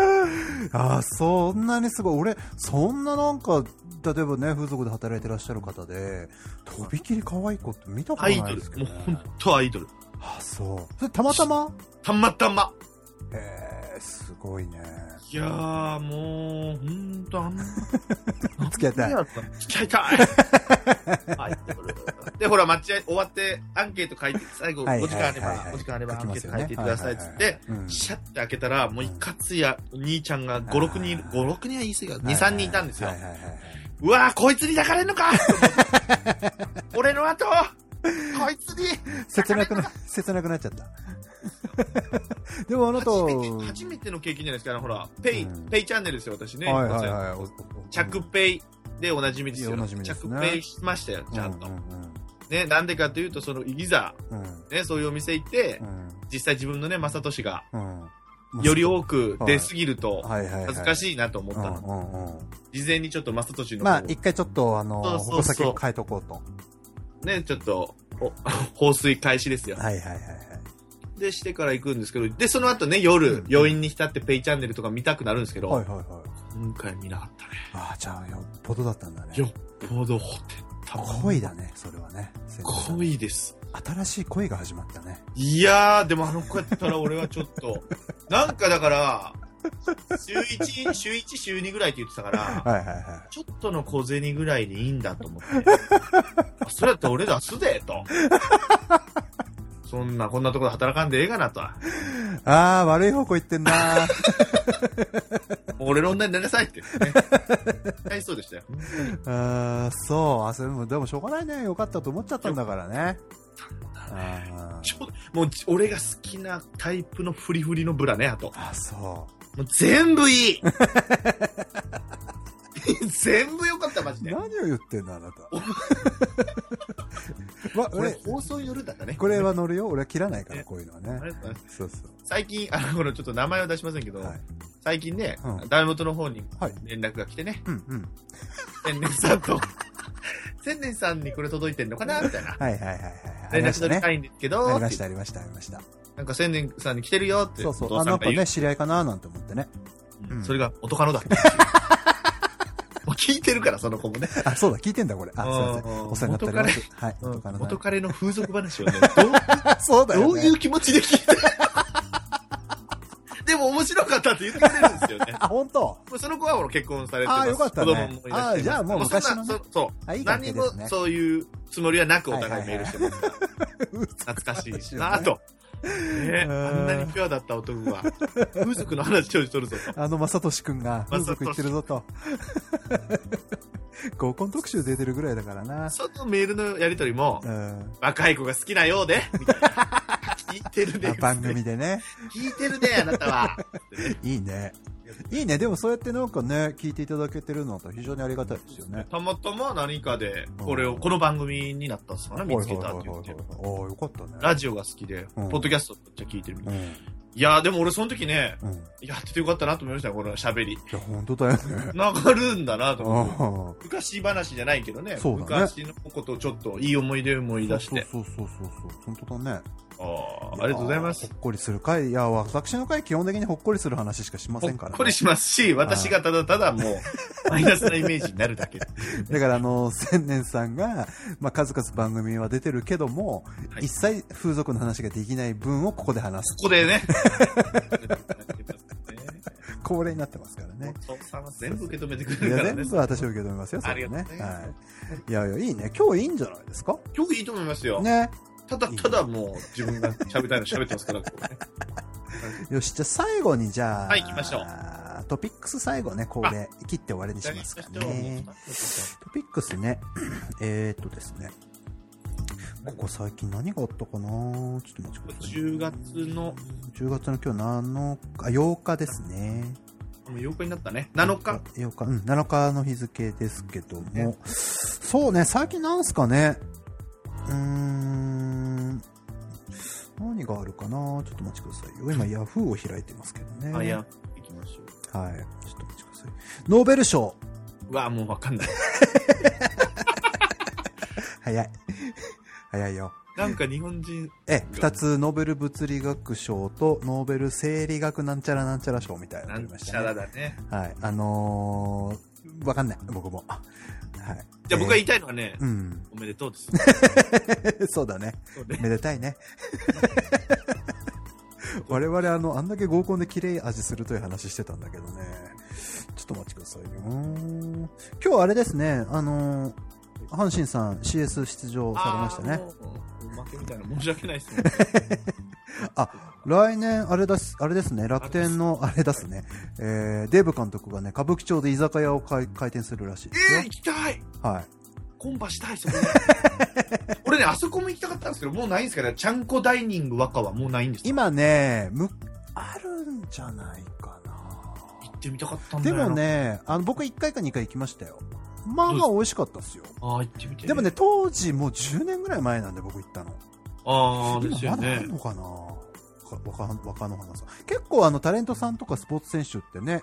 Speaker 1: ああ、そんなにすごい。俺、そんななんか、例えばね、風俗で働いてらっしゃる方で、とびきり可愛い子って見たこと
Speaker 2: アイ
Speaker 1: な
Speaker 2: ド
Speaker 1: い
Speaker 2: ル
Speaker 1: です。け
Speaker 2: も
Speaker 1: ど、
Speaker 2: う
Speaker 1: ね。
Speaker 2: 本当アイドル。
Speaker 1: あ、そう。それたまたま
Speaker 2: たまたま。
Speaker 1: へえ、すごいね。
Speaker 2: いやー、もう、ほんと、あんな。
Speaker 1: 付き合いたい。
Speaker 2: 付き合いたいアイドル。で、ほら、待ち合い終わって、アンケート書いて、最後、
Speaker 1: はい
Speaker 2: 5時間あれ
Speaker 1: はいはいは
Speaker 2: ば、
Speaker 1: い
Speaker 2: 5時間あればア
Speaker 1: 書き
Speaker 2: ン
Speaker 1: ま
Speaker 2: ケー
Speaker 1: す
Speaker 2: ト
Speaker 1: よ
Speaker 2: 書
Speaker 1: ね
Speaker 2: いてくださいっつっ
Speaker 1: はい
Speaker 2: て
Speaker 1: は、いはいうん
Speaker 2: シャッて開けたら、もういかつや、お兄ちゃんが5、6人、
Speaker 1: あー
Speaker 2: 5、6人は言い過ぎだ。2、3人いたんですよ
Speaker 1: はい。はいはいはいう
Speaker 2: わー、こいつに抱かれんのか俺の後こいつに
Speaker 1: 切なくな、切なくなっちゃった。でもあなた、
Speaker 2: 初めて、初めての経験じゃないですか、あのほら、ペイ、
Speaker 1: うん
Speaker 2: ペイチャンネルですよ、私ね。
Speaker 1: はいはいはいおお。
Speaker 2: 着ペイでおなじみですよ。
Speaker 1: おなじみです
Speaker 2: 着
Speaker 1: ね
Speaker 2: ペイしましたよ、ちゃんと。
Speaker 1: うん
Speaker 2: ね、なんでかというと、その、いざ、
Speaker 1: うんうん。
Speaker 2: ね、そういうお店行って
Speaker 1: う、ん。
Speaker 2: 実際自分のね、正俊が、
Speaker 1: うん。うん。
Speaker 2: より多く出すぎると、
Speaker 1: はいはいはい。
Speaker 2: 恥ずか
Speaker 1: い。
Speaker 2: しいなと思っ
Speaker 1: うんう
Speaker 2: た
Speaker 1: ん
Speaker 2: の。
Speaker 1: うん。
Speaker 2: 事前にちょっと正俊の、
Speaker 1: まあ、一回ちょっと、あの、
Speaker 2: そうそうそう
Speaker 1: 矛先を変えとこうと。
Speaker 2: ね、ちょっと、お [laughs] 放水開始ですよ。
Speaker 1: はいはいはいはい。
Speaker 2: で、してから行くんですけど、で、その後ね、
Speaker 1: う
Speaker 2: 夜、
Speaker 1: ん
Speaker 2: 余韻に浸ってペイチャンネルとか見たくなるんですけど、
Speaker 1: はいはいはい。
Speaker 2: 今回見なかったね。
Speaker 1: ああ、じゃあ、よっぽどだったんだね。
Speaker 2: よっぽどホテった。
Speaker 1: 恋だね、それはね。
Speaker 2: 恋です。
Speaker 1: 新しい恋が始まったね。
Speaker 2: いやー、でもあの子やったら俺はちょっと、なんかだから、週1、週1、週2ぐらいって言ってたから、
Speaker 1: はいはいは
Speaker 2: ちょっとの小銭ぐらいでいいんだ
Speaker 1: [laughs]
Speaker 2: と思って。あそれやったら俺出すで、と。そんな、こんなところで働かんでええがなと。
Speaker 1: い。ああ、悪い方向行
Speaker 2: [laughs]
Speaker 1: ってんな。
Speaker 2: 俺の女になりなさいって、ね。はい、そうでしたよ。
Speaker 1: あーそう。あ、それも、でもしょうがないね。よかったと思っちゃったんだからね。あ
Speaker 2: ち
Speaker 1: ー
Speaker 2: ょもう、俺が好きなタイプのフリフリのブラね、あと。
Speaker 1: あ、そ
Speaker 2: もう全部い
Speaker 1: [laughs]
Speaker 2: い全部良かった、マジ
Speaker 1: う。
Speaker 2: で。
Speaker 1: 何を言ってんの、あ
Speaker 2: [laughs]
Speaker 1: なた。わ、
Speaker 2: これ
Speaker 1: 俺、
Speaker 2: 放送夜だったね。
Speaker 1: これは乗るよ。俺は切らないから、こういうのは
Speaker 2: あれ
Speaker 1: ね。
Speaker 2: だ
Speaker 1: そうそう。
Speaker 2: 最近、あの、このちょっと名前は出しませんけど、
Speaker 1: はい。
Speaker 2: 最近ね、
Speaker 1: うん
Speaker 2: ダメ元の方に
Speaker 1: はい。
Speaker 2: 連絡が来てね、
Speaker 1: うんうん。
Speaker 2: 千年さんと、千年さんにこれ届いてんのかなみたいな。
Speaker 1: はいはいはいはい。あり
Speaker 2: 連
Speaker 1: ま
Speaker 2: 絡
Speaker 1: した
Speaker 2: 取り
Speaker 1: ね。
Speaker 2: たいんですけど、
Speaker 1: ありました、ありました、ありました。
Speaker 2: なんか千年さんに来てるよって、
Speaker 1: そうそ
Speaker 2: お
Speaker 1: う。
Speaker 2: 父
Speaker 1: あ、
Speaker 2: さ
Speaker 1: なんん
Speaker 2: が
Speaker 1: か
Speaker 2: 言う
Speaker 1: ね、。知り合いかななんて思ってね。
Speaker 2: うん
Speaker 1: うん
Speaker 2: それが元カノだった。もう聞いてるから、その子も
Speaker 1: [laughs]
Speaker 2: ね。
Speaker 1: あ、そうだ、聞いてんだ、これ。あ、すいませ
Speaker 2: うん
Speaker 1: ん。
Speaker 2: うん
Speaker 1: お世話になっております。はい、元カノだ
Speaker 2: 元彼の風俗話をね、どう
Speaker 1: あそうだよ、ね。
Speaker 2: どういう気持ちで聞い
Speaker 1: [laughs]
Speaker 2: てでも面白かったって言ってくれるんですよね。 [laughs]
Speaker 1: あ、本当
Speaker 2: もうその子はほら結婚されて
Speaker 1: あーよかったね
Speaker 2: 子供もいらっ
Speaker 1: あ
Speaker 2: しゃいます
Speaker 1: ーじゃあもう昔のね
Speaker 2: そんなそそう
Speaker 1: あ、いい関
Speaker 2: 何
Speaker 1: 係
Speaker 2: も
Speaker 1: ですね。
Speaker 2: そういうつもりはなくお互いメールしてます。
Speaker 1: う
Speaker 2: 懐かしい
Speaker 1: 懐かしい
Speaker 2: しな
Speaker 1: よね
Speaker 2: ぁと。ねえ、
Speaker 1: うん
Speaker 2: あんなにピュアだった男が、風俗の話調子取るぞ
Speaker 1: あの、まさとしくんが、風俗行ってるぞと。 [laughs] 合コン特集出てるぐらいだからな
Speaker 2: と。。そのメールのやりとりも
Speaker 1: う、ん。
Speaker 2: 若い子が好きなようで、みたいな。聞いてる
Speaker 1: あ
Speaker 2: ね。
Speaker 1: 番組でね。
Speaker 2: 聞いてるね、あなたは。
Speaker 1: いいね。いいね。でもそうやってなんかね、聞いていただけてるのは非常にありがたいですよね。
Speaker 2: たまたま何かで、これを、この番組になったんですかね、見つけたって言
Speaker 1: はいはい
Speaker 2: っ
Speaker 1: はいはい
Speaker 2: て。
Speaker 1: はいああ、よかったね。
Speaker 2: ラジオが好きで、ポ
Speaker 1: うん
Speaker 2: ッドキャストめっちゃ聞いてるみたい。
Speaker 1: うん。
Speaker 2: いやー、でも俺その時ね、
Speaker 1: うん。い
Speaker 2: やっててよかったなと思いましたよ、この喋り。
Speaker 1: や、本当だよ
Speaker 2: [laughs]
Speaker 1: ね。
Speaker 2: 流るんだなと思って。
Speaker 1: ああ。
Speaker 2: 昔話じゃないけどね、
Speaker 1: そうだね
Speaker 2: 昔のことをちょっといい思い出思い出して。
Speaker 1: そうそうそうそうそう。本当だね。
Speaker 2: あーありがとうございます
Speaker 1: や。ほっこりする回、いや、私の回、基本的にほっこりする話しかしま
Speaker 2: ほ
Speaker 1: せ
Speaker 2: っ
Speaker 1: んから、ね。
Speaker 2: こりしますし、私がただただもう、マイナスなイメージになるだけ。
Speaker 1: だから、あの、千年さんが、まあ、数々番組は出てるけども、
Speaker 2: はい
Speaker 1: 一切風俗の話ができない分をここで話す。
Speaker 2: ここでね。
Speaker 1: 恒例になってますからね。
Speaker 2: お父さんは全部受け止めてく
Speaker 1: い
Speaker 2: れる
Speaker 1: や、
Speaker 2: から
Speaker 1: 全
Speaker 2: ね。
Speaker 1: 部私を受け止めますよ、そ
Speaker 2: あ
Speaker 1: れ
Speaker 2: り
Speaker 1: は
Speaker 2: がとう
Speaker 1: ね
Speaker 2: ござ。います
Speaker 1: はい。いやいや、いいね。今日いいんじゃないですか
Speaker 2: 今日いいと思いますよ。
Speaker 1: ね。
Speaker 2: ただただもう自分が喋りたいの喋ってますから、ここね
Speaker 1: よし、じゃあ最後に、じゃあ、
Speaker 2: はい行きましょ
Speaker 1: トピックス最後ね、恒例、切って終わりにしますかね。トピックスね、 [clears throat] えーっとですね。ここ最近何があったかなちょっと待ってくださいね。
Speaker 2: 10月の
Speaker 1: 10月の今日7日、あ8日ですね。
Speaker 2: もう8日になったね。7日。
Speaker 1: ?8 日、うん、7日の日付ですけど
Speaker 2: ね
Speaker 1: も。そうね、最近なんすかね。うーん。何があるかなちょっとお待ちください
Speaker 2: [laughs]
Speaker 1: よ。今、ヤフーを開いてますけどね。
Speaker 2: あ、いや、行きましょう。
Speaker 1: はい。ちょっとお待ちください。ノーベル賞
Speaker 2: うわ、もうわかんない。
Speaker 1: 早い。 [laughs] 早いよ。
Speaker 2: なんか日本人、
Speaker 1: え、二つノーベル物理学賞とノーベル生理学なんちゃらなんちゃら賞みたいなの
Speaker 2: な
Speaker 1: 取
Speaker 2: ん
Speaker 1: りまし
Speaker 2: ち
Speaker 1: た
Speaker 2: ゃ
Speaker 1: ね
Speaker 2: らだね。
Speaker 1: はい。あのー、わかんない。僕も。はい。
Speaker 2: じゃあ僕が言いたいのはね、
Speaker 1: うん。 [laughs]
Speaker 2: おめでとう [laughs] です。
Speaker 1: そうだね。
Speaker 2: そうね
Speaker 1: めでたいね。 [laughs] 我々、あの、あんだけ合コンで綺麗味するという話してたんだけどね。ちょっとお待ちくださいよ。今日はあれですね、あのー、阪神さん CS 出場されましたね。
Speaker 2: あー。もう負けみたいな申し訳ない
Speaker 1: [laughs]
Speaker 2: ですね。
Speaker 1: 来年、あれだす、あれですね、楽天の、あれだすね、えー、デーブ監督がね、歌舞伎町で居酒屋を開開店するらしいです
Speaker 2: えー、
Speaker 1: よ
Speaker 2: 行。きたい
Speaker 1: はい。
Speaker 2: コンパしたい、そこ
Speaker 1: [laughs]
Speaker 2: に俺ね、あそこも行きたかったんですけど、もうないんですから、ちゃんこダイニング和歌はもうないんですか
Speaker 1: 今ね、む、あるんじゃないかな。
Speaker 2: 行ってみたかったんだ
Speaker 1: で
Speaker 2: よな
Speaker 1: も。ね、あの、僕1回か2回行きましたよ。まあまあ美味しかったですよ。
Speaker 2: ああ、行ってみて。
Speaker 1: でも、ね、当時もう10年ぐらい前なんで僕行ったの。
Speaker 2: ああ、です
Speaker 1: 今ま
Speaker 2: よ
Speaker 1: だあ
Speaker 2: ね
Speaker 1: る。のかなか若若野花さん。結構あの、タレントさんとかスポーツ選手ってね、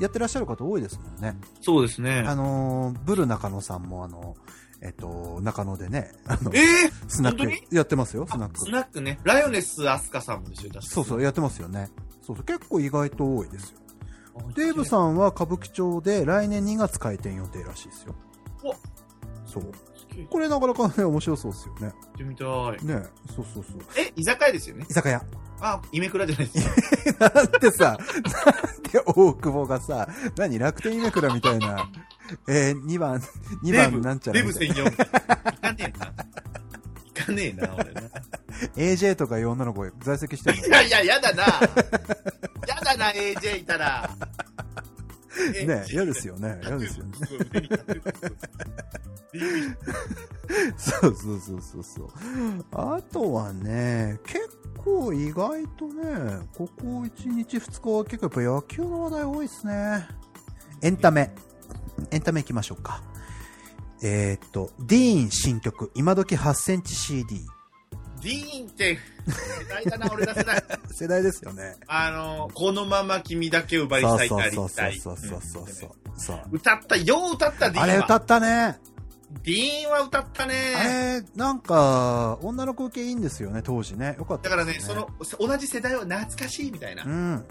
Speaker 1: やってらっしゃる方多いですもんね。
Speaker 2: そうですね。
Speaker 1: あのーブル中野さんもあの、えっと、中野で
Speaker 2: [laughs]
Speaker 1: ね、あの、
Speaker 2: ええ
Speaker 1: スナッ
Speaker 2: 本当に
Speaker 1: クやってますよ、スナッ
Speaker 2: あ
Speaker 1: ク
Speaker 2: ス。ナックね。ライオネスアスカさんもでしょ、。
Speaker 1: そうそうう、やってますよね。そうそう、結構意外と多いですよ。デーブ
Speaker 2: ん。
Speaker 1: さんは歌舞伎町で来年2月開店予定らしいですよ。
Speaker 2: お
Speaker 1: そう。
Speaker 2: 行
Speaker 1: これなかなかね、面白そうですよね。
Speaker 2: ってみたい。
Speaker 1: ねそうそうそう。
Speaker 2: え、居酒屋ですよね。
Speaker 1: 居酒屋。
Speaker 2: あ、イメクラじゃないで
Speaker 1: [laughs]
Speaker 2: すか。
Speaker 1: なんてさ、なんて大久保がさ、何楽天夢クラみたいな、えー、2番、2
Speaker 2: デ
Speaker 1: 番
Speaker 2: ブ、
Speaker 1: なんちゃ
Speaker 2: デ
Speaker 1: ら
Speaker 2: ブ
Speaker 1: みたい
Speaker 2: 専
Speaker 1: な。
Speaker 2: 用。行かねえな。行かねえな、俺な。
Speaker 1: AJ とかいう女の子在籍してるの
Speaker 2: いやいや、やだな。やだな、AJ いたら。
Speaker 1: ね嫌です
Speaker 2: よ。
Speaker 1: よね。嫌ですよね。
Speaker 2: すごい腕に立ってる
Speaker 1: そうそうそうそうそう。あとはね、結構意外とね、ここ1日2日は結構やっぱ野球の話題多いですね。エンタメ。エンタメ行きましょうか。えーっと、ディーン新曲、今時8センチ CD。
Speaker 2: ディーンって、世代だな、俺出せない。
Speaker 1: 世代ですよね。
Speaker 2: あの、このまま君だけ奪い去りたい。
Speaker 1: そうそうそうそうそうそうそう。
Speaker 2: 歌った、よう歌った、デ
Speaker 1: あ
Speaker 2: ィーンは。
Speaker 1: れ歌ったね。
Speaker 2: ディーンは歌った
Speaker 1: あ
Speaker 2: ね。
Speaker 1: れ、なんか、女の子受けいいんですよね、当時ね。よかった
Speaker 2: だ
Speaker 1: で
Speaker 2: か
Speaker 1: すよ
Speaker 2: らね、その、同じ世代は懐かしいみたいな
Speaker 1: う。ん。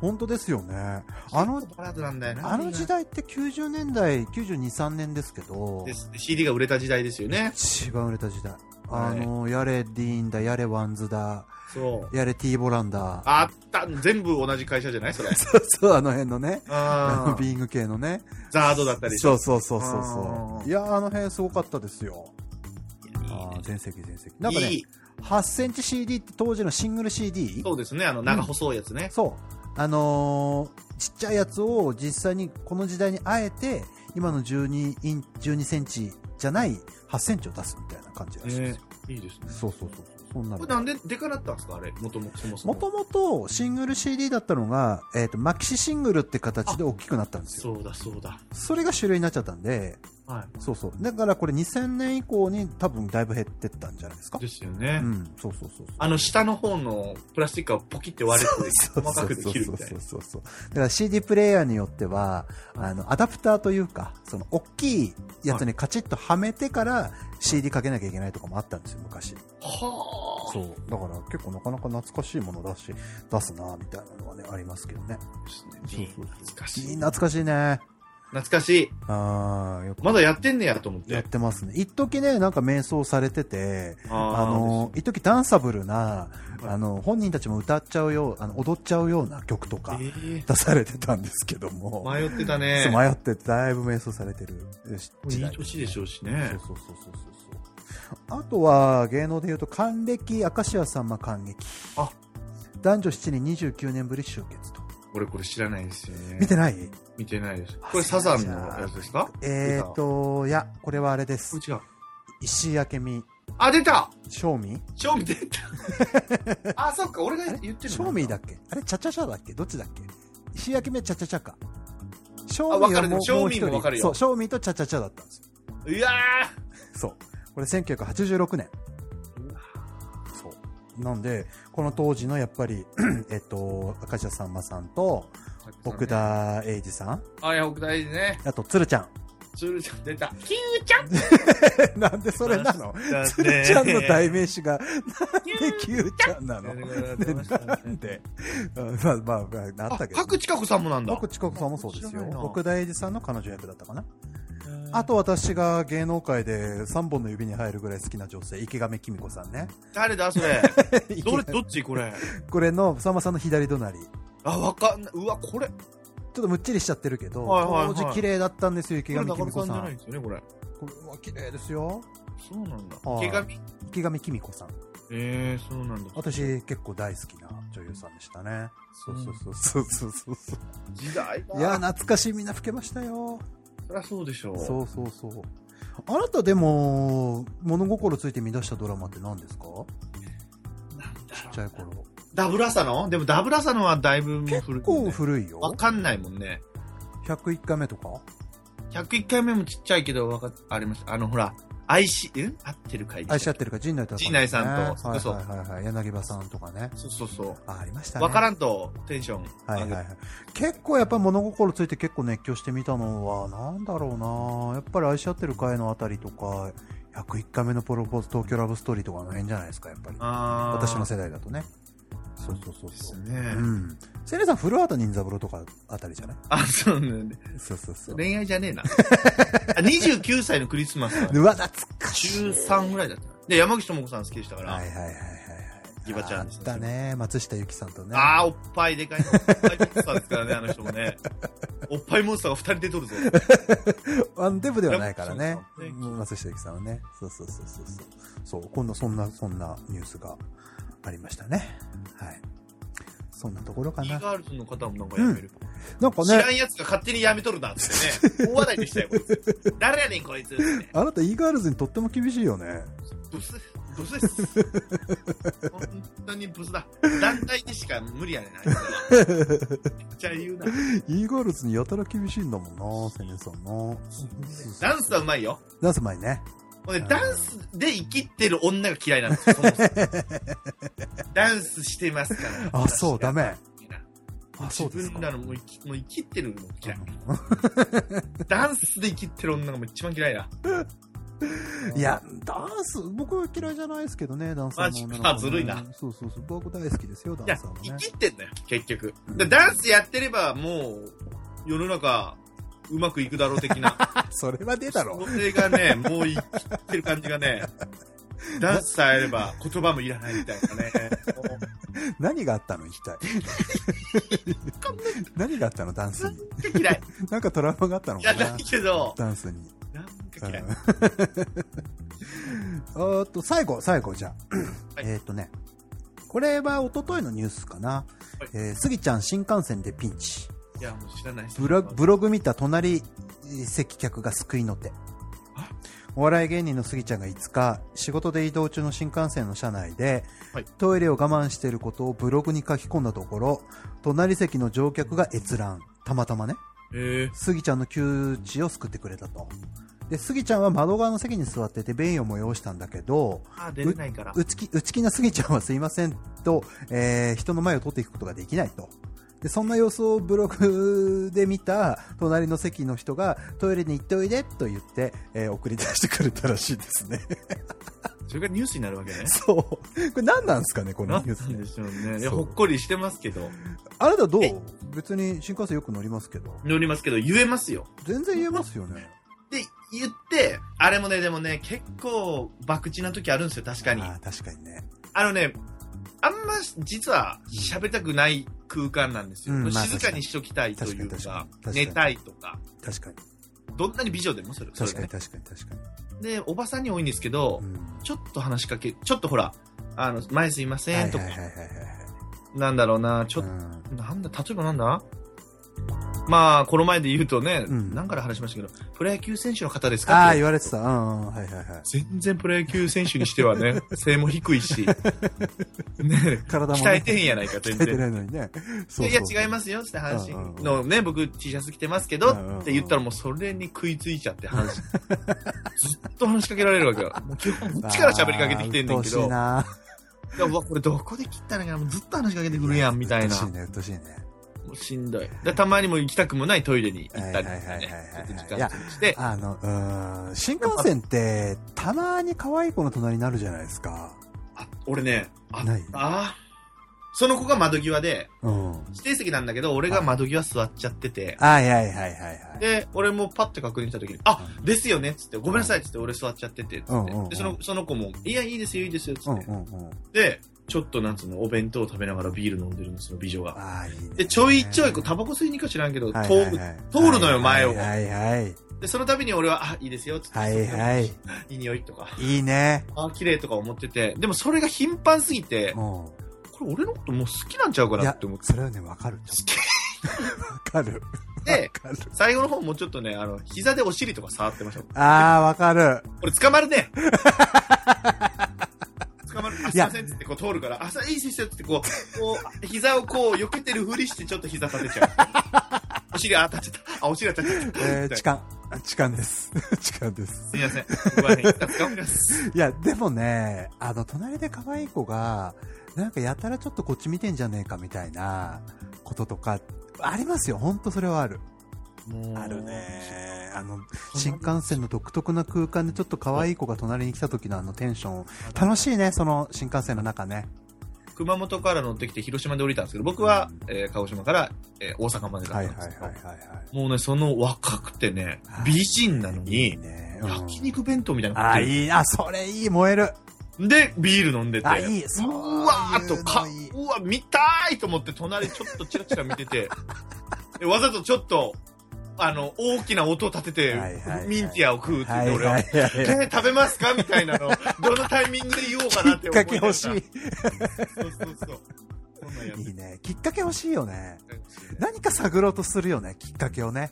Speaker 1: 本当ですよね。あの、
Speaker 2: バラードなんだよな。
Speaker 1: あの時代って90年代、92、3年ですけど
Speaker 2: で、す。CD が売れた時代ですよね。
Speaker 1: 一番売れた時代。あの、やれディーンだ、やれワンズだ、
Speaker 2: そう。
Speaker 1: やれティーボランだ。
Speaker 2: あった、全部同じ会社じゃないそれ。
Speaker 1: そう [laughs] そう、あの辺のね。あ
Speaker 2: あ
Speaker 1: のビーイング系のね。
Speaker 2: ザードだったり
Speaker 1: そうそうそうそう
Speaker 2: あ
Speaker 1: そ
Speaker 2: ー
Speaker 1: う。いやー、あの辺すごかったですよ。ああ、全盛期全盛期。なんか
Speaker 2: い
Speaker 1: ね、
Speaker 2: い。
Speaker 1: 8センチ CD って当時のシングル CD?
Speaker 2: そうですね。あの、長細いやつね。
Speaker 1: そう。あのーちっちゃいやつを実際にこの時代にあえて、今の12イン、12センチじゃない8センチを出すみたいな感じらしいですよ。
Speaker 2: いいですね。
Speaker 1: そうそうそうそう。そんな
Speaker 2: こ
Speaker 1: の
Speaker 2: れ。なんででかなったんですかあれ。もともと、そもそも。
Speaker 1: もともとシングル CD だったのが、えっ、と、マキシシングルって形で大きくなったんですよ。
Speaker 2: そうだ、そうだ。
Speaker 1: それが主流になっちゃったんで、
Speaker 2: は
Speaker 1: そうそう。だからこれ2000年以降に多分だいぶ減ってったんじゃないですか
Speaker 2: い。。ですよね
Speaker 1: う。ん、そうそうそうそう。
Speaker 2: あの、下の方のプラスチックがポキって割れて、細かくできるみたい
Speaker 1: そ
Speaker 2: な
Speaker 1: う。そうそうそうそうだから CD プレイヤーによっては、あの、アダプターというか、その、大きいやつにカチッとはめてから CD かけなきゃいけないとかもあったんですよ、昔。
Speaker 2: は
Speaker 1: そう。だから結構なかなか懐かしいものだし、出すなみたいなのはね、ありますけどね。
Speaker 2: あ。ですね
Speaker 1: そうそうそう
Speaker 2: 懐か
Speaker 1: い
Speaker 2: し
Speaker 1: い
Speaker 2: い。
Speaker 1: 懐かしいね。
Speaker 2: 懐かしい。
Speaker 1: あー、よく
Speaker 2: まだやってんねやと思っ。
Speaker 1: やっててますね。一時ね、なんか瞑想されてて、あ
Speaker 2: あ
Speaker 1: の、一時ダンサブルな、
Speaker 2: はい
Speaker 1: あの、本人たちも歌っちゃうよう、あの、踊っちゃうような曲とか
Speaker 2: ー、えー
Speaker 1: 出されてたんですけども。
Speaker 2: 迷ってたね
Speaker 1: そう。迷ってだいぶ迷走されてる
Speaker 2: もういい年でしょうしね。
Speaker 1: そうそうそうそうそうそうあとは芸能でいうと還暦明石家さんま還暦
Speaker 2: あ
Speaker 1: 男女7人29年ぶり集結と、
Speaker 2: 俺これ知らないですよね
Speaker 1: 見。てない
Speaker 2: 見てないです。これサザンのやつですか
Speaker 1: えーといやこれはあれです
Speaker 2: 違う。
Speaker 1: 石井明美
Speaker 2: あ、出た
Speaker 1: 正味
Speaker 2: 賞味出た。 [laughs] あ、そっか、俺が言ってるの
Speaker 1: 正味だっけあれチャチャチャだっけどっちだっけ石井明美はチャチャチャか正
Speaker 2: あわ
Speaker 1: 味
Speaker 2: か
Speaker 1: は
Speaker 2: る
Speaker 1: もう
Speaker 2: 正味
Speaker 1: もう一
Speaker 2: もわかる
Speaker 1: 人
Speaker 2: よ
Speaker 1: そう正味とチャチャチャだったんですよ
Speaker 2: いや
Speaker 1: そうこれ1986年
Speaker 2: ー
Speaker 1: そう。なんで、この当時のやっぱり、 [clears throat] えっと、赤石さんまさんと、奥。田英二さん、
Speaker 2: あ、いや、奥田いいね。
Speaker 1: あと、鶴ちゃ
Speaker 2: 鶴ちゃん出た。キューちゃ
Speaker 1: ん。 [laughs]
Speaker 2: ん
Speaker 1: なんでそれなの
Speaker 2: だね
Speaker 1: 鶴ちゃんの代名詞が、
Speaker 2: キ
Speaker 1: なんで Q ちゃんなのね [laughs] なんで、うんまあまあ、まあ、あったけど、
Speaker 2: 白千佳子さんもなんだ。
Speaker 1: 僕、近くさんもそうです
Speaker 2: 知ら
Speaker 1: よ
Speaker 2: ない。な
Speaker 1: 奥田英二さんの彼女役だったかな。あと、私が芸能界で3本の指に入るぐらい好きな女性、池上公子さんね。
Speaker 2: 誰だ、それ。 [laughs] どれ、どっちこれ。
Speaker 1: これの、さんまさんの左隣。
Speaker 2: あ、わかんない。うわ、これ。
Speaker 1: ちょっとむっちりしちゃってるけど、
Speaker 2: はいはいはい
Speaker 1: 当時綺麗だったんですよ、池
Speaker 2: これ、
Speaker 1: 上
Speaker 2: 中
Speaker 1: 公
Speaker 2: 野
Speaker 1: 子
Speaker 2: さんじ
Speaker 1: さ
Speaker 2: ゃ
Speaker 1: ん。
Speaker 2: ないんですよね、これ。
Speaker 1: これは綺麗ですよ。
Speaker 2: そうなんだ。
Speaker 1: はい
Speaker 2: 池上
Speaker 1: 池上公子さん。
Speaker 2: えー、そうなんだ。
Speaker 1: 私、結構大好きな女優さんでしたね。そうそうそうそうそうそうそう。
Speaker 2: 時代だ。
Speaker 1: いやー、懐かしいみんな老けましたよ。
Speaker 2: そりゃそうでしょう。
Speaker 1: そうそうそう。あなたでも、物心ついて見出したドラマって何ですか
Speaker 2: なんだ
Speaker 1: ち
Speaker 2: ろ
Speaker 1: っ
Speaker 2: う
Speaker 1: ちゃい頃。
Speaker 2: ダブル朝のでもダブル朝のはだいぶもう古
Speaker 1: 結
Speaker 2: いもん
Speaker 1: 構
Speaker 2: ね。
Speaker 1: 古いよ。
Speaker 2: わかんないもんね。
Speaker 1: 101回目とか
Speaker 2: 101回目もちっちゃいけどわか、あります。あの、ほら、愛し、うん合ってる会議
Speaker 1: 愛し合ってるか、陣内とか、
Speaker 2: 陣内さんと
Speaker 1: はい
Speaker 2: そう
Speaker 1: はいはいはい、柳葉さんとかね。
Speaker 2: そうそうそ
Speaker 1: あ、ありました
Speaker 2: う。
Speaker 1: ね。
Speaker 2: わからんとテンション
Speaker 1: はい
Speaker 2: 上
Speaker 1: はい
Speaker 2: げ
Speaker 1: は
Speaker 2: る
Speaker 1: い。結構やっぱ物心ついて結構熱狂してみたのは、なんだろうなやっぱり愛し合ってる会のあたりとか、101回目のプロポーズ東京ラブストーリーとかあの辺じゃないですか、やっぱり。
Speaker 2: あー
Speaker 1: 私の世代だとね。そうそうそう
Speaker 2: です
Speaker 1: そう。
Speaker 2: ね。
Speaker 1: うん。セレさん、古畑任三郎とかあたりじゃない
Speaker 2: あ、そうなんだ。
Speaker 1: そうそうそう。
Speaker 2: 恋愛じゃねえな。あ29歳のクリスマスは
Speaker 1: [laughs] うわ、懐かしい。
Speaker 2: 13ぐらいだったな。で、山口智子さん好きでしたから。
Speaker 1: はいはいはいはいはい。
Speaker 2: ギバちゃん
Speaker 1: あっ
Speaker 2: ですね
Speaker 1: たね。松下由紀さんとね。
Speaker 2: ああ、おっぱいでかいの。おっぱいモンスターですからね、あの人も
Speaker 1: [laughs]
Speaker 2: ね。おっぱいモンスターが2人出とるぞ。
Speaker 1: あのデブではないからね
Speaker 2: そうそう。そう
Speaker 1: 松下由紀さんはね。そうそうそうそうそう。そう、こんな、そんな、そんなニュースがありましたね。はい。そんなところか
Speaker 2: e
Speaker 1: な。
Speaker 2: ガールズの方もなんかやめる。
Speaker 1: なんか
Speaker 2: 知ら
Speaker 1: ね、
Speaker 2: んやつが勝手にやめとるなっつって
Speaker 1: [laughs]
Speaker 2: ね。大話題でしたよ、こいつ。誰やねん、こいつ。って
Speaker 1: あなた e ガールズにとっても厳しいよね。
Speaker 2: ブス、ブスです。本当にブスだ。団体でしか無理やねん、あいつはめっちゃ言うな。
Speaker 1: e ガールズにやたら厳しいんだもんな、セネさんな。
Speaker 2: ダンスはうまいよ。
Speaker 1: ダンス前ね。
Speaker 2: もうね、ダンスで生きてる女が嫌いなんですよ、そもそもダンスしてますから。
Speaker 1: [laughs] あ、そう、
Speaker 2: 私は
Speaker 1: ダメ。あ、そ
Speaker 2: 自
Speaker 1: うです
Speaker 2: 分。
Speaker 1: から
Speaker 2: のもう生きもう生きてるの嫌い。ダンスで生きてる女がもう一番嫌いだ。
Speaker 1: いや、ダンス、僕は嫌いじゃないですけどね、ダンサーの女の子、ね。
Speaker 2: マジかずるいな。
Speaker 1: そうそうそう、僕大好きですよ、
Speaker 2: い
Speaker 1: ダン
Speaker 2: や
Speaker 1: サーも、
Speaker 2: 生
Speaker 1: ね。
Speaker 2: きてんだよ、結局。でダンスやってればもう、世の中、うまくいくだろ
Speaker 1: [laughs]
Speaker 2: う的な。
Speaker 1: あ、それは出たろ。
Speaker 2: それがね、もう生きてる感じ
Speaker 1: [laughs]
Speaker 2: がね、ダンスさえあれば言葉もいらないみたいなね。も
Speaker 1: 何があったの一体。何があったのダンスに。
Speaker 2: うなんか嫌い。
Speaker 1: なんかトラウマがあったの
Speaker 2: い
Speaker 1: か
Speaker 2: や、ない
Speaker 1: な
Speaker 2: けど、
Speaker 1: ダンスに。
Speaker 2: なんか
Speaker 1: うん [laughs]
Speaker 2: 嫌い。
Speaker 1: あーっと、最後、最後、じゃあ。
Speaker 2: はい
Speaker 1: えーっとね。これは一昨日のニュースかな。
Speaker 2: はい
Speaker 1: えー、スギちゃん新幹線でピンチ。
Speaker 2: いや、もう知らない
Speaker 1: ブロブログ見た隣席客が救いの手
Speaker 2: あ
Speaker 1: お笑い芸人のスギちゃんが5日仕事で移動中の新幹線の車内で、
Speaker 2: はい
Speaker 1: トイレを我慢していることをブログに書き込んだところ隣席の乗客が閲覧たまたまね
Speaker 2: へえ。
Speaker 1: スギちゃんの窮地を救ってくれたとでスギちゃんは窓側の席に座ってて便意を催したんだけど
Speaker 2: あ、出れないから。
Speaker 1: 内気内気なスギちゃんはすいませんと、えー人の前を取っていくことができないと。で、そんな様子をブログで見た隣の席の人がトイレに行っておいでと言って、えー送り出してくれたらしいです
Speaker 2: [laughs]
Speaker 1: ね。
Speaker 2: それがニュースになるわけね。
Speaker 1: そう。これ何なんですかね、この
Speaker 2: なん
Speaker 1: ニュース
Speaker 2: な
Speaker 1: ね
Speaker 2: んで。しょうね。いや、
Speaker 1: そう
Speaker 2: ほっこりしてますけど。
Speaker 1: あなたどう
Speaker 2: え
Speaker 1: 別に新幹線よく乗りますけど。
Speaker 2: 乗りますけど、言えますよ。
Speaker 1: 全然言えますよね。
Speaker 2: で、言って、あれもね、でもね、結構、博打な時あるんですよ、確かに。
Speaker 1: あー確かにね。
Speaker 2: あのね、あんま、実は、喋りたくない空間なんですよ。
Speaker 1: うんまあ
Speaker 2: 静かにしときたいというか、
Speaker 1: 確かに確かに確かに
Speaker 2: 寝たいとか、
Speaker 1: 確かに。
Speaker 2: どんなに美女でもそれ、それ
Speaker 1: 確か
Speaker 2: ね
Speaker 1: に、。確かに、確かに。
Speaker 2: で、おばさんに多いんですけど、
Speaker 1: うん
Speaker 2: ちょっと話しかけ、ちょっとほら、あの、前すいま
Speaker 1: はい
Speaker 2: せ
Speaker 1: は
Speaker 2: ん
Speaker 1: い
Speaker 2: と
Speaker 1: はい
Speaker 2: か、
Speaker 1: はいはいはい。
Speaker 2: なんだろうな、ちょっと、
Speaker 1: うん
Speaker 2: なんだ、例えばなんだまあ、この前で言うとね、
Speaker 1: うん
Speaker 2: 何から話しましたけど、プロ野球選手の方ですか
Speaker 1: あ
Speaker 2: っ
Speaker 1: あ、
Speaker 2: て
Speaker 1: 言われてた。うんうん、はいはいはい。
Speaker 2: 全然プロ野球選手にして
Speaker 1: [laughs]
Speaker 2: はね、背も低いし、ね、
Speaker 1: 体もね
Speaker 2: 鍛えてへんやないか、全
Speaker 1: 鍛えて
Speaker 2: 然。
Speaker 1: ないのにね。
Speaker 2: いや、違いますよ、って話
Speaker 1: うんうんうん
Speaker 2: のね、僕 T シャツ着てますけど、
Speaker 1: うんうんうん
Speaker 2: って言ったらもうそれに食いついちゃって話。 [laughs] ずっと話しかけられるわけよ。もう基本、こっちから喋りかけてきて
Speaker 1: [laughs]
Speaker 2: んねんけ
Speaker 1: うっとうし
Speaker 2: ど
Speaker 1: い、な。
Speaker 2: でもうわこれどこで切ったらいいかな、もうずっと話しかけてく
Speaker 1: [laughs]
Speaker 2: るやん、みたいな。
Speaker 1: うっとうしいね、うっとうしいね。
Speaker 2: もうしんどい。でたまにもう行きたくもないトイレに行ったりとか
Speaker 1: はいはい
Speaker 2: ね
Speaker 1: はいはいはい。
Speaker 2: ちょっと時間潰して。
Speaker 1: あの、うーん、新幹線って、たまに可愛い子の隣になるじゃないですか。
Speaker 2: あ、俺ね、あ
Speaker 1: ない
Speaker 2: あその子が窓際で、
Speaker 1: うん。
Speaker 2: 指定席なんだけど、俺が窓際座っちゃってて、
Speaker 1: はいはいはいはいはい。
Speaker 2: で、俺もパッて確認した時に、あ、ですよねっつって、ごめんなさいっつって、俺座っちゃってて、つ
Speaker 1: うん
Speaker 2: っ
Speaker 1: うんうん
Speaker 2: て。で、その、その子も、いや、いいですよ、いいですよ、つ
Speaker 1: う
Speaker 2: っ
Speaker 1: ん
Speaker 2: て
Speaker 1: う。んうん。
Speaker 2: で、ちょっとなんつうの、お弁当を食べながらビール飲んでるんですよ、美女が。
Speaker 1: ああ、いいね。
Speaker 2: で、ちょいちょい、こうタバコ吸いに行くか知らんけど、
Speaker 1: はい
Speaker 2: 遠
Speaker 1: はい
Speaker 2: く
Speaker 1: はい
Speaker 2: 通るのよ前を
Speaker 1: はいはい。
Speaker 2: で、その度に俺は、あ、いいですよ、つって。
Speaker 1: はいはい。
Speaker 2: いい匂いとか、
Speaker 1: いいね。
Speaker 2: あ、綺麗とか思ってて、でもそれが頻繁すぎて、
Speaker 1: も
Speaker 2: これ俺のこともう好きなんちゃうか
Speaker 1: う。い
Speaker 2: な
Speaker 1: や
Speaker 2: って思っ、て。
Speaker 1: それはね、わかる。わか
Speaker 2: [laughs]
Speaker 1: る。
Speaker 2: で
Speaker 1: わかる。
Speaker 2: 最後の方もうちょっとね、あの、膝でお尻とか触ってました。
Speaker 1: ああ、わかる。
Speaker 2: これ捕ま
Speaker 1: [laughs]
Speaker 2: るね捕まる。
Speaker 1: い
Speaker 2: あ、すい
Speaker 1: や
Speaker 2: ませんっつってこう通るから、あ、それいいですよっつってこう、こう、膝をこう、避けて
Speaker 1: [laughs]
Speaker 2: るふりしてちょっと膝立てちゃう。お尻あ当たっちゃった。あ、お尻当たっちゃった。
Speaker 1: えー、
Speaker 2: みたい
Speaker 1: 痴漢。痴漢です。 [laughs] 痴漢です。
Speaker 2: すみません。僕はね、一発頑張ります。
Speaker 1: いや、でもね、あの、隣で可愛い子が、なんかやたらちょっとこっち見てんじゃねえかみたいなこととか、ありますよ。ほんとそれはある。
Speaker 2: もう
Speaker 1: ある。ね。あの、新幹線の独特な空間でちょっと可愛い子が隣に来た時のあのテンション。楽しいね、その新幹線の中ね。
Speaker 2: 熊本から乗ってきて広島で降りたんですけど、僕は、えー鹿児島から、えー大阪までだ
Speaker 1: は
Speaker 2: っ
Speaker 1: い
Speaker 2: た
Speaker 1: は
Speaker 2: ん
Speaker 1: い
Speaker 2: で
Speaker 1: は
Speaker 2: す
Speaker 1: い
Speaker 2: けど、
Speaker 1: はいはい。
Speaker 2: もうね、その若くてね
Speaker 1: は、い
Speaker 2: 美人な
Speaker 1: い
Speaker 2: の
Speaker 1: い
Speaker 2: に、
Speaker 1: ね。うん
Speaker 2: 焼肉弁当みたいなの
Speaker 1: あ、
Speaker 2: 食ってる
Speaker 1: いい。あ、それいい。燃える。
Speaker 2: で、ビール飲んでて、
Speaker 1: あ、いい。
Speaker 2: う
Speaker 1: そういうのいい。
Speaker 2: わーっとか、うわ、見たいと思って隣ちょっとチラチラ見
Speaker 1: [laughs]
Speaker 2: てて、でわざとちょっと、あの、大きな音を立てて
Speaker 1: はいはいはい、
Speaker 2: ミンティアを食うって
Speaker 1: はいはい
Speaker 2: 言って、俺
Speaker 1: は
Speaker 2: は、
Speaker 1: い [laughs] はい。
Speaker 2: えー食べますかみたいな
Speaker 1: [laughs]
Speaker 2: の、どのタイミングで言おうかなっ
Speaker 1: き
Speaker 2: て
Speaker 1: っか
Speaker 2: 思いながら
Speaker 1: け欲しい。
Speaker 2: そうそうそう。そんなんやって
Speaker 1: いいね。きっかけ欲しいよね。
Speaker 2: たんですよね
Speaker 1: 何か探ろうとするよね、きっかけをね。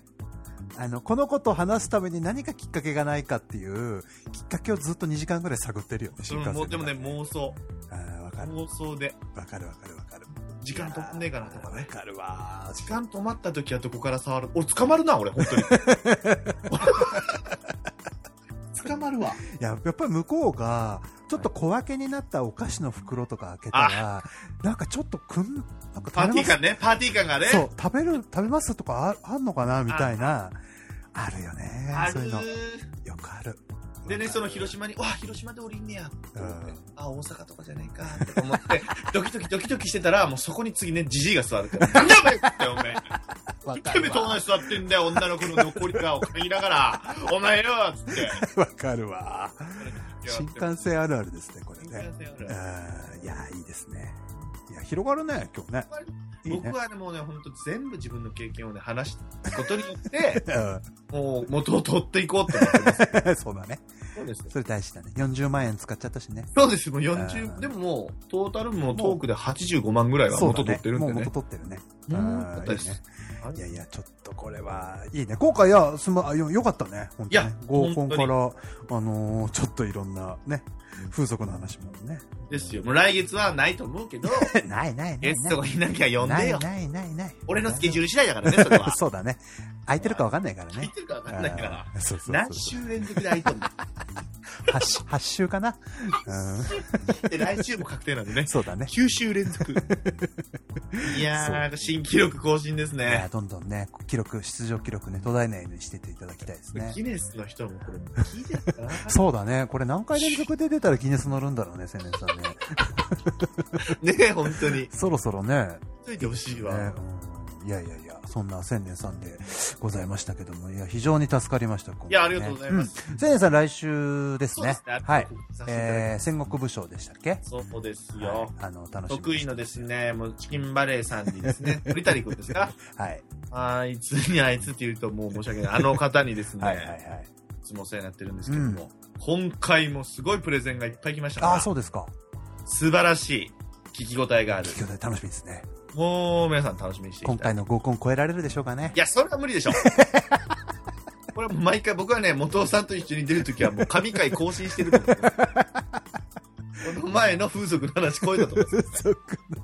Speaker 1: あの、この子と話すために何かきっかけがないかっていう、きっかけをずっと2時間ぐらい探ってるよね、
Speaker 2: それももうでもね、
Speaker 1: う。
Speaker 2: 妄想。
Speaker 1: あーわかる。
Speaker 2: 妄想で。
Speaker 1: わかるわかるわかる。
Speaker 2: 時間止まんねえかなとかね
Speaker 1: わ。かるわ
Speaker 2: 時間止まった時はどこから触る俺捕まるな、俺、本
Speaker 1: [laughs]
Speaker 2: 当に。捕まるわ。
Speaker 1: いや、やっぱり向こうが、ちょっと小分けになったお菓子の袋とか開けたら、なんかちょっとくん、なんか
Speaker 2: パー
Speaker 1: 食べ
Speaker 2: ティ
Speaker 1: ま
Speaker 2: ー
Speaker 1: す
Speaker 2: 感ね、パーティー感がね。
Speaker 1: そう、食べる、食べますとかああんのかなみたいな、あるよね。
Speaker 2: ある
Speaker 1: そういうの。
Speaker 2: ー
Speaker 1: よくある。
Speaker 2: でね、その広
Speaker 1: 島。
Speaker 2: 島に、わあ、広島で降りんねや。
Speaker 1: うん
Speaker 2: あ、大阪とかじゃないか、と思って、 [laughs] ドキドキドキドキしてたら、もうそこに次ね、じじいが座るから。 [laughs] なんだお前って、お前。
Speaker 1: わ
Speaker 2: 一目と同じ座ってんだよ、女の子の残り顔を嗅ぎながら、お前よつって。
Speaker 1: わかるわ。新幹線あるあるですね、これ
Speaker 2: 新
Speaker 1: ね。
Speaker 2: 幹線あるある
Speaker 1: うんいや、いいですね。いや、広がるね、今日ね。いいね
Speaker 2: 僕。はね、もうね、本当全部自分の経験をね、話したことによって、
Speaker 1: う
Speaker 2: もう元を取っていこうと思ってます。
Speaker 1: ん [laughs] そうだね。
Speaker 2: そ
Speaker 1: [laughs]
Speaker 2: うです。
Speaker 1: それ大事だね。40万円使っちゃったしね。
Speaker 2: そうです。もう
Speaker 1: あ
Speaker 2: 40、
Speaker 1: ー
Speaker 2: でももう、トータルもトークで85万ぐらいは
Speaker 1: そう
Speaker 2: 元
Speaker 1: だ
Speaker 2: 取っ
Speaker 1: ね
Speaker 2: てるん
Speaker 1: も
Speaker 2: で
Speaker 1: う
Speaker 2: ね
Speaker 1: 元。取ってるね。
Speaker 2: もう
Speaker 1: うん
Speaker 2: よかったです。あ
Speaker 1: い
Speaker 2: れ
Speaker 1: やいや、ちょっとこれは、いいね。今回、いや、すま、あよ、よかったね。本当
Speaker 2: いや
Speaker 1: ね。合コン
Speaker 2: 本当
Speaker 1: か
Speaker 2: に
Speaker 1: ら、あのーちょっといろんな、ね、風俗の話もね。 [laughs]
Speaker 2: ですよ。もう来月はないと思うけど、
Speaker 1: ないないないない。
Speaker 2: ゲストがいなきゃ呼ん
Speaker 1: な
Speaker 2: で
Speaker 1: い
Speaker 2: よ。
Speaker 1: ないないない。。
Speaker 2: 俺のスケジュール次第だからね、それ
Speaker 1: [laughs]
Speaker 2: は
Speaker 1: そうだね。空いてるかわかんないから
Speaker 2: 聞い
Speaker 1: ね。
Speaker 2: てるかわかんないから。
Speaker 1: あー。そうそうそう
Speaker 2: 何週連続で空いてんの
Speaker 1: 8, 8週かな、う
Speaker 2: で来週も確定なんで
Speaker 1: [laughs]
Speaker 2: ね
Speaker 1: ん、。そうだね。
Speaker 2: 9週連続。いやー、新記録更新です
Speaker 1: いや
Speaker 2: ね。
Speaker 1: どんどんね、記録、出場記録ね、途絶えないようにしてっていただきたいですね。
Speaker 2: ギネスの人もこれ聞いてるかな
Speaker 1: [laughs] そうだね。これ何回連続で出たらギネス乗るんだろうね、青年さんね。
Speaker 2: ねえ、本当に。
Speaker 1: そろそろね。
Speaker 2: ついてほしい
Speaker 1: ね
Speaker 2: わ。
Speaker 1: うん、いやいやいや、そんな青年さんでございましたけども、いや、非常に助かりました、今回ね
Speaker 2: いや、ありがとうございま。す。
Speaker 1: うん青年さん来週です
Speaker 2: そうで
Speaker 1: ね
Speaker 2: す。ね。
Speaker 1: はい。
Speaker 2: させていただき
Speaker 1: えー、戦国武将でしたっけ
Speaker 2: ます。そうです
Speaker 1: は
Speaker 2: よ
Speaker 1: い。あの、楽しみ。
Speaker 2: 得意のですね、もうチキンバレーさんにで
Speaker 1: [laughs]
Speaker 2: すね、鳥谷君ですか
Speaker 1: はい。
Speaker 2: あいつにあいつって言うともう申し訳ない。あの方にですね、
Speaker 1: はい
Speaker 2: い
Speaker 1: はいはい。
Speaker 2: つもお世話になってるんですけども、今回もすごいプレゼンがいっぱい来ました
Speaker 1: ああ、
Speaker 2: から、
Speaker 1: そうですか。
Speaker 2: 素晴らしい聞き応えがある。
Speaker 1: 今日で楽しみですね。
Speaker 2: もう皆さん楽しみにしてい
Speaker 1: 今
Speaker 2: きた
Speaker 1: 回
Speaker 2: い。
Speaker 1: の合コン超えられるでしょうかね
Speaker 2: い。や、それは無理でしょ。 [laughs] これはもう毎回僕はね、元尾さんと一緒に出るときはもう神回更新してると思います。この前の風俗の話超えたと思うんですよ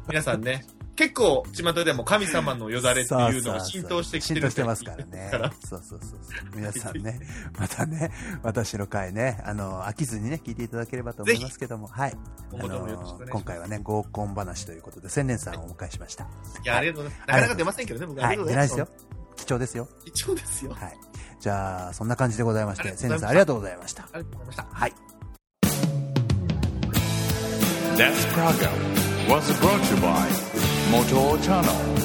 Speaker 2: 皆さんね、結構巷でも神様のよだれっていうのが浸透してきて
Speaker 1: 浸
Speaker 2: る
Speaker 1: 透してますからね
Speaker 2: だから。
Speaker 1: そうそうそうそう。皆さんね、 [laughs] またね、私の回ね、あの、飽きずにね、聞いていただければと思いますけども、はい。
Speaker 2: 今
Speaker 1: あ
Speaker 2: 後とも
Speaker 1: の
Speaker 2: よろしくお願いしま、す。
Speaker 1: 今回はね、合コン話ということで、千年さんをお迎えしました。
Speaker 2: いや、ありがとうございます。なかなか出ませんけどね、僕
Speaker 1: はい、出ないですよ
Speaker 2: す。。
Speaker 1: 貴重ですよ。
Speaker 2: 一応ですよ。
Speaker 1: はい。じゃあ、そんな感じでございまして、
Speaker 2: ありがと
Speaker 1: 千
Speaker 2: うご
Speaker 1: 年
Speaker 2: ざいました
Speaker 1: さんありがとうございました。
Speaker 2: ありがとうございました。
Speaker 1: はい。
Speaker 3: That's Krakow was brought to you by Motor Channel.